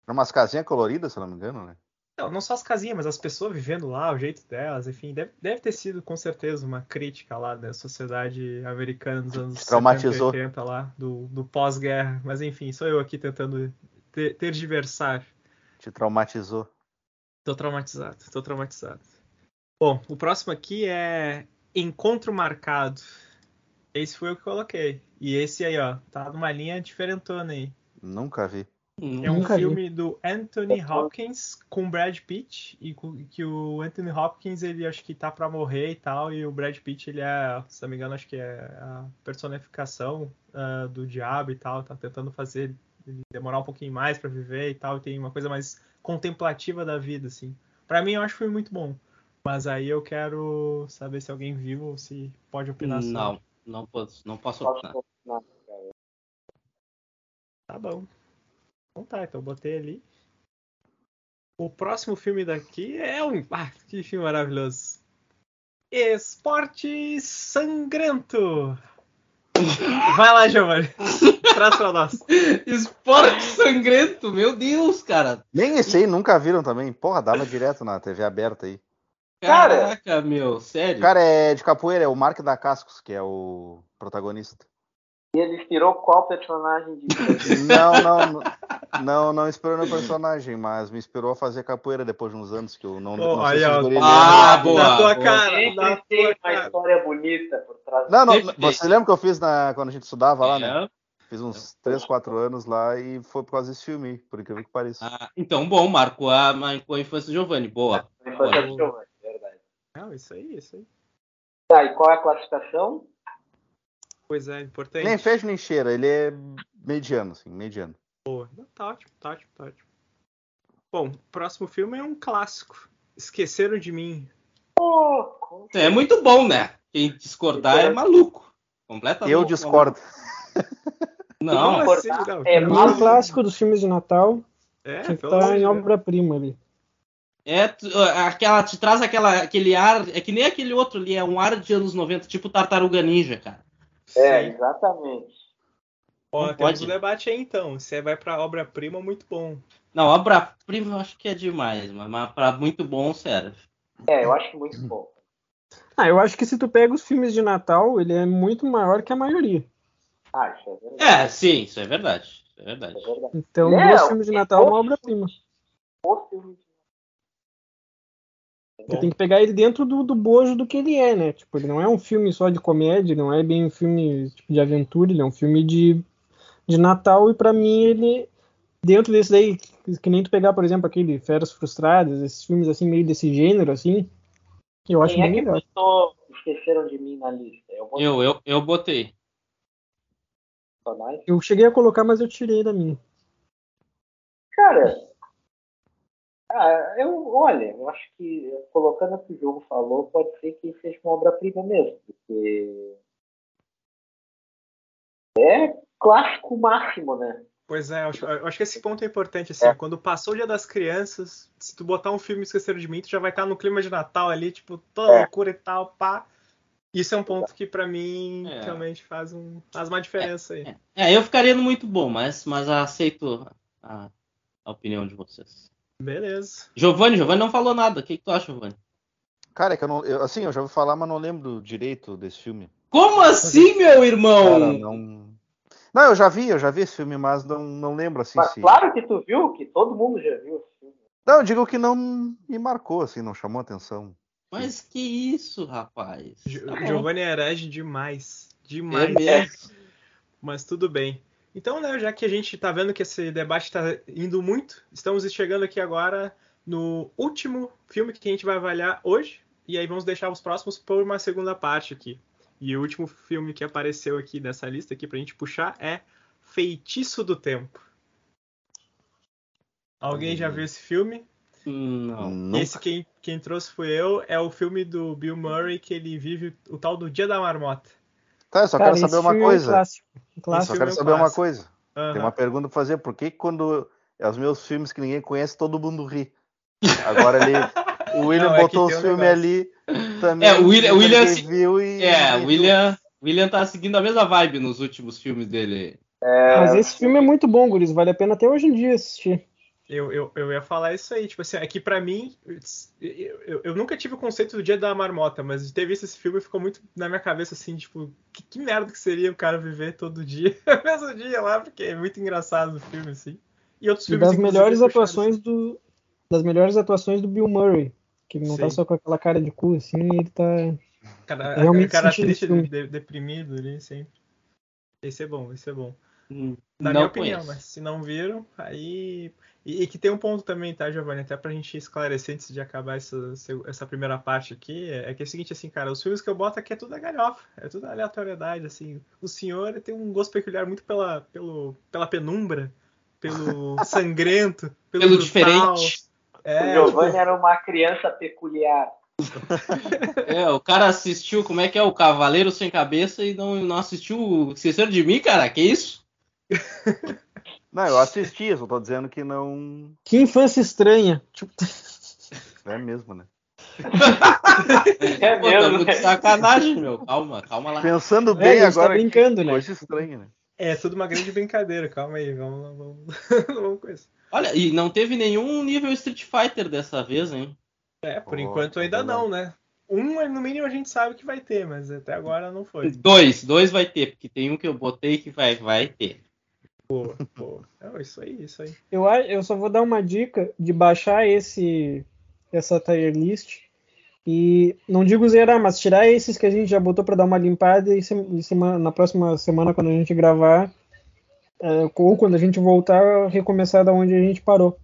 Era umas casinhas coloridas, se não me engano, né?
Não, não só as casinhas, mas as pessoas vivendo lá, o jeito delas, enfim. Deve, deve ter sido, com certeza, uma crítica lá da sociedade americana dos anos 70,
Traumatizou.
80 lá, do, do pós-guerra. Mas, enfim, sou eu aqui tentando ter, tergiversar.
Te traumatizou.
Tô traumatizado, tô traumatizado. Bom, o próximo aqui é Encontro Marcado. Esse foi o que coloquei. E esse aí, ó, tá numa linha diferentona aí.
Nunca vi.
Hum,
É um
Nunca vi.
filme do Anthony Hopkins com Brad Pitt e co- que o Anthony Hopkins ele acho que tá pra morrer e tal e o Brad Pitt ele é, se não me engano, acho que é a personificação ah, do diabo e tal, tá tentando fazer ele demorar um pouquinho mais pra viver e tal, e tem uma coisa mais contemplativa da vida assim. Pra mim eu acho que foi muito bom, mas aí eu quero saber se alguém viu ou se pode opinar sobre.
Não, não posso, não posso
posso
opinar.
continuar.
Tá bom. Então tá, então botei ali. O próximo filme daqui é um. Ah, que filme maravilhoso! Esporte Sangrento! Vai lá, Giovanni! Traz pra nós!
Esporte sangrento, meu Deus, cara.
Nem esse aí nunca viram também. Porra, dava direto na TV aberta aí.
Cara.
Caraca, meu, sério.
O cara é de capoeira, é o Mark da Cascos, que é o protagonista.
E ele inspirou qual personagem de.
Não, não, não, não inspirou no personagem, mas me inspirou a fazer capoeira depois de uns anos que eu não,
Pô,
não sei se
aí, ó.
os guri lembram.
Ah, boa.
na tua
boa.
cara! Na
Sempre tem
tua
uma
cara!
história bonita por trás
Não, não,
Sempre tem.
você lembra que eu fiz na, quando a gente estudava lá, né?
É.
Fiz uns 3, 4 anos lá e foi por causa desse filme, aí, por incrível que pareça.
Ah, então, bom, marcou a, marcou a infância do Giovanni. Boa.
da infância do
Olha.
Giovanni, é verdade.
Não, isso aí, isso aí.
Tá, e qual é a classificação?
Pois é, importante.
Nem fecha nem cheira, ele é mediano, assim, mediano.
Boa. Não, Tá ótimo, tá ótimo, tá ótimo. Bom, o próximo filme é um clássico. Esqueceram de mim.
Pô,
É muito bom, né? Quem discordar é maluco. Completamente.
eu discordo.
Não,
Como assim?
Discordar
Não,
é
Pra mim,
Nossa.
o um clássico dos filmes de Natal
É,
tinha que
pelo amor
estar
de
em
Deus.
obra-prima ali.
É, tu- aquela, te traz aquela, aquele ar, é que nem aquele outro ali, é um ar de anos 90, tipo Tartaruga Ninja, cara.
é,
Sim.
exatamente.
Ó,
Não
temos
pode.
um debate aí então. Você vai pra obra-prima, muito bom.
Não, obra-prima eu acho que é demais, mas, mas pra muito bom serve.
É, eu acho muito bom.
Ah, eu acho que se tu pega os filmes de Natal, ele é muito maior que a maioria.
Ah, isso é verdade.
É, sim, isso é verdade. Isso é
É
verdade.
verdade.
Então,
Não,
dois filmes de
é
Natal é uma
bom.
obra-prima.
O filme
É.
Você tem que pegar ele dentro do, do bojo do que ele é, né? Tipo, ele não é um filme só de comédia, não é bem um filme tipo, de aventura, ele é um filme de, de Natal e pra mim ele dentro desse daí, que, que nem tu pegar, por exemplo, aquele Feras Frustradas, esses filmes assim meio desse gênero assim, eu acho
Quem é
bem
que
legal.
botou Esqueceram de Mim na lista? Eu vou
Eu, eu, eu botei.
mencionar isso.
Eu cheguei a colocar, mas eu tirei da minha.
Cara, ah, eu, olha, eu acho que colocando o que o jogo falou, pode ser que seja uma obra-prima mesmo, porque é clássico máximo, né?
Pois é, eu acho, eu acho que esse ponto é importante, assim,
É.
quando passou o Dia das Crianças, se tu botar um filme Esqueceram de Mim, tu já vai estar no clima de Natal ali, tipo, toda
É.
loucura e tal, pá. Isso é um ponto que pra mim
É.
realmente faz, um, faz uma diferença aí.
É, eu ficaria no muito bom, mas, mas aceito a, a opinião de vocês.
Beleza.
Giovanni, Giovanni não falou nada. O que, que tu acha, Giovanni?
Cara, é que eu não. eu- assim, eu já ouvi falar, mas não lembro direito desse filme.
Como assim, meu irmão?
Cara, não. Não, eu já vi, eu já vi esse filme, mas não, não lembro assim.
Mas
se-
claro que tu viu, que todo mundo já viu esse filme.
Não, eu digo que não me marcou, assim, não chamou atenção.
Mas que isso, rapaz?
Jo-
Tá bom.
Giovanni é herege demais.
É
Demais.
mesmo.
Mas tudo bem. Então, né, já que a gente tá vendo que esse debate tá indo muito, estamos chegando aqui agora no último filme que a gente vai avaliar hoje, e aí vamos deixar os próximos por uma segunda parte aqui. E o último filme que apareceu aqui nessa lista aqui pra gente puxar é Feitiço do Tempo. Alguém já viu esse filme?
Não.
Nunca.
Esse quem, quem trouxe foi eu, é o filme do Bill Murray que ele vive o tal do Dia da Marmota.
Tá, eu só
Cara,
quero
esse
saber uma
filme é um
coisa.
clássico, um
Eu
Esse
clássico.
só
filme
quero
é um
saber uma
clássico.
coisa. Tem
Aham.
uma pergunta pra fazer. Por que quando é os meus filmes que ninguém conhece, todo mundo ri? Agora ele. O William
Não, é que
botou
tem
os
um
filmes
negócio.
ali. Também,
É, o William- o
ninguém
William se-
viu e-
É,
e-
o William, William tá seguindo a mesma vibe nos últimos filmes dele.
Mas esse filme é muito bom, Guris. Vale a pena até hoje em dia assistir.
Eu, eu, eu ia falar isso aí, tipo assim, é que pra mim, eu, eu, eu nunca tive o conceito do dia da marmota, mas de ter visto esse filme ficou muito na minha cabeça, assim, tipo, que, que merda que seria o cara viver todo dia, o mesmo dia lá, porque é muito engraçado o filme, assim. E outros
E
filmes,
das
inclusive,
melhores
puxaram
atuações
assim.
do. Das melhores atuações do Bill Murray. Que ele não tá
Sim.
só com aquela cara de cu, assim, ele tá.
esse Cara,
realmente
o cara
sentido
triste,
do filme.
de- deprimido ali, sempre. Esse é bom, esse é bom.
Hum,
Na
não
minha opinião,
conheço.
mas se não viram, aí. E, e que tem um ponto também, tá, Giovanni? Até pra gente esclarecer antes de acabar essa, essa primeira parte aqui, é é que é o seguinte, assim, cara, os filmes que eu boto aqui é tudo a galhofa, é tudo aleatoriedade, assim. O senhor ele tem um gosto peculiar muito pela, pelo, pela penumbra, pelo sangrento, pelo,
Pelo
brutal.
diferente.
É, tipo,
o Giovanni era uma criança peculiar.
É, o cara assistiu, como é que é, o Cavaleiro Sem Cabeça e não, não assistiu o Esqueceram de Mim, cara, que isso?
Não, eu assisti, eu só tô dizendo que não.
Que infância estranha. Tipo,
É mesmo, né?
É
Pô, tamo
mesmo,
de
né?
sacanagem, meu, calma, calma lá.
Pensando
é,
bem
a gente tá
agora. que
brincando, né?
Coisa estranha, né?
é tudo uma grande brincadeira, calma aí, vamos, vamos, vamos com isso.
Olha, e não teve nenhum nível Street Fighter dessa vez, hein?
É, por
Oh,
enquanto
é
ainda não, né? Um, no mínimo, a gente sabe que vai ter, mas até agora não foi.
Dois, dois vai ter, porque tem um que eu botei que vai, vai ter.
Pô, é isso aí, isso aí.
Eu, a- eu só vou dar uma dica de baixar esse essa tier list e não digo zerar, mas tirar esses que a gente já botou para dar uma limpada e, se- e semana, na próxima semana quando a gente gravar eh, ou quando a gente voltar recomeçar da onde a gente parou,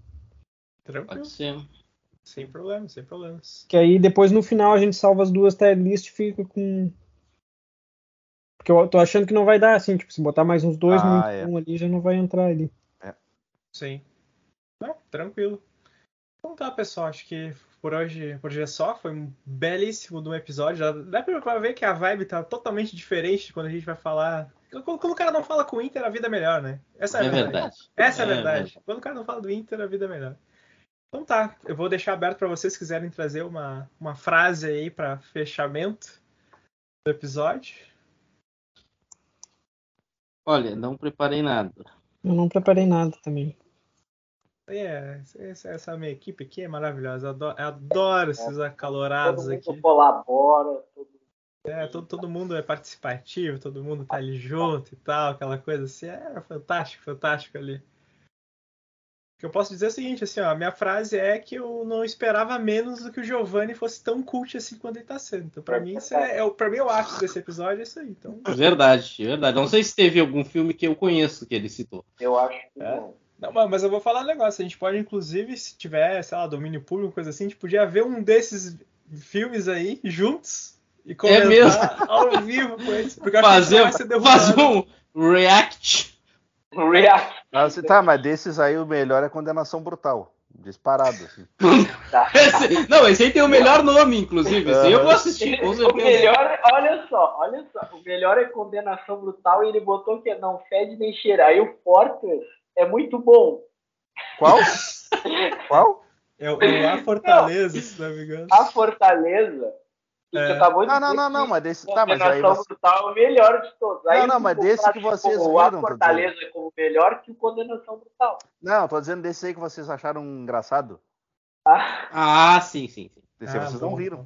Tranquilo.
Pode
é
ser.
Sem problema, sem problemas.
que aí depois no final a gente salva as duas tier list e fica com porque eu tô achando que não vai dar assim, tipo se botar mais uns dois
Ah,
muito
é.
um ali já não vai entrar ali.
Sim. Não, tranquilo. Então tá, pessoal. Acho que por hoje, por hoje é só. Foi um belíssimo de um episódio. Já dá pra pra ver que a vibe tá totalmente diferente de quando a gente vai falar. Quando, quando o cara não fala com o Inter, a vida é melhor, né? Essa é a
É
verdade.
verdade.
Essa é a
É
verdade.
verdade.
Quando o cara não fala do Inter, a vida é melhor. Então tá, eu vou deixar aberto pra vocês se quiserem trazer uma, uma frase aí pra fechamento do episódio.
Olha, não preparei nada.
Eu não preparei nada também.
É, essa, essa minha equipe aqui é maravilhosa. Eu adoro, eu adoro esses acalorados
Todo
aqui.
mundo colabora. Todo...
É, todo, todo mundo é participativo, todo mundo tá ali junto e tal, aquela coisa assim. É fantástico, fantástico ali. O que eu posso dizer é o seguinte, assim, ó, a minha frase é que eu não esperava menos do que o Giovanni fosse tão cult assim quanto ele tá sendo. Então, pra mim, isso é, é, o- pra mim, é o ápice desse episódio, é isso aí. Então,
Verdade, verdade. Não sei se teve algum filme que eu conheço que ele citou.
Eu acho que
É.
não.
Não, mas mas eu vou falar um negócio. A gente pode, inclusive, se tiver, sei lá, domínio público, coisa assim, a gente podia ver um desses filmes aí juntos e comentar
É mesmo?
ao vivo com eles. Porque eu acho que a gente não
Fazer,
vai ser derrubado.
fazer um react.
React.
Ah, se- tá, mas desses aí o melhor é Condenação Brutal. Disparado. Assim.
Tá.
Esse- não, esse aí tem o melhor nome, inclusive. Esse aí eu vou assistir, com
O
certeza.
melhor, é- olha só, olha só. O melhor é condenação brutal e ele botou que não fede nem cheira. Aí o Fortress é muito bom.
Qual? Qual?
É o é o A Fortaleza, se não me engano. Ah,
A Fortaleza, que
É.
você acabou de
Ah, não,
dizer
não,
que
não, mas desse. Tá, mas aí.
Condenação
você-
brutal é o melhor de todos. Aí
Não, não,
tu
mas desse
contrata
que vocês
como o A
viram,
Fortaleza como melhor que o Condenação Brutal.
Não, tô dizendo desse aí que vocês acharam engraçado.
Ah, sim, sim, sim.
Desse aí
Ah,
vocês
bom,
não riram.
bom.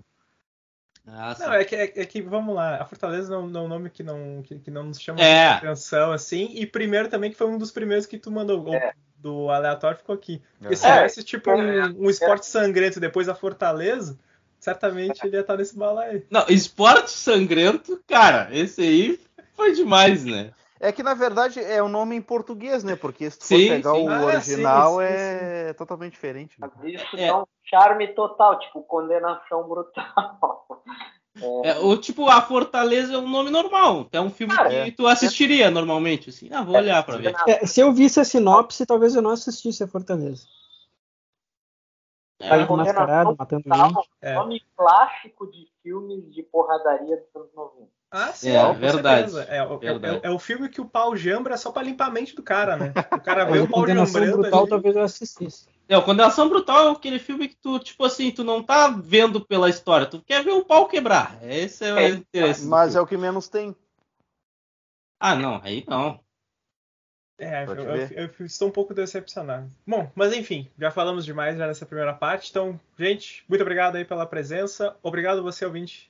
Ah,
Não, é que, é, é que vamos lá, a Fortaleza não, não é um nome que não, que, que não nos chama
É.
muita atenção, assim, e primeiro também, que foi um dos primeiros que tu mandou, ou
É.
do aleatório ficou aqui. Porque se
É.
tivesse tipo um, um esporte sangrento depois da Fortaleza,
É.
certamente ele ia estar nesse bala aí.
Não, esporte sangrento, cara, esse aí foi demais, né?
É que na verdade é o nome em português, né? Porque se tu
Sim,
for pegar
sim.
o
Ah,
original
sim, sim,
é totalmente diferente. né?
Mas isso
É.
dá um charme total, tipo, condenação brutal.
É, ou tipo, a Fortaleza é um nome normal. É um filme
Cara,
que
é.
tu assistiria normalmente, assim. Ah, vou olhar pra ver.
É, se eu visse a sinopse, talvez eu não assistisse a Fortaleza.
É,
Tá
Condenação
mascarado, matando
Total,
gente.
É.
Nome clássico de filmes de porradaria dos anos 90.
Ah, sim,
É,
com
verdade,
certeza. É, o- é o-
verdade.
é o filme que o pau jambra só pra limpar a mente do cara, né? O cara vê
Mas a
o pau
condenação
jambrando
brutal, tá-
ali.
talvez eu assistisse.
É, o Condenação Brutal é aquele filme que tu, tipo assim, tu não tá vendo pela história, tu quer ver o pau quebrar. Esse é o
É,
interesse. do
Mas é
filme.
o que menos tem.
Ah, não, aí não.
É, eu,
Pode
eu-
ver.
eu estou um pouco decepcionado. Bom, mas enfim, já falamos demais já nessa primeira parte. Então, gente, muito obrigado aí pela presença. Obrigado você, ouvinte,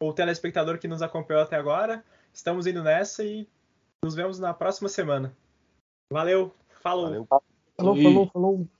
ou telespectador que nos acompanhou até agora. Estamos indo nessa e nos vemos na próxima semana. Valeu, falou!
Valeu.
Falou,
Ih.
falou, falou.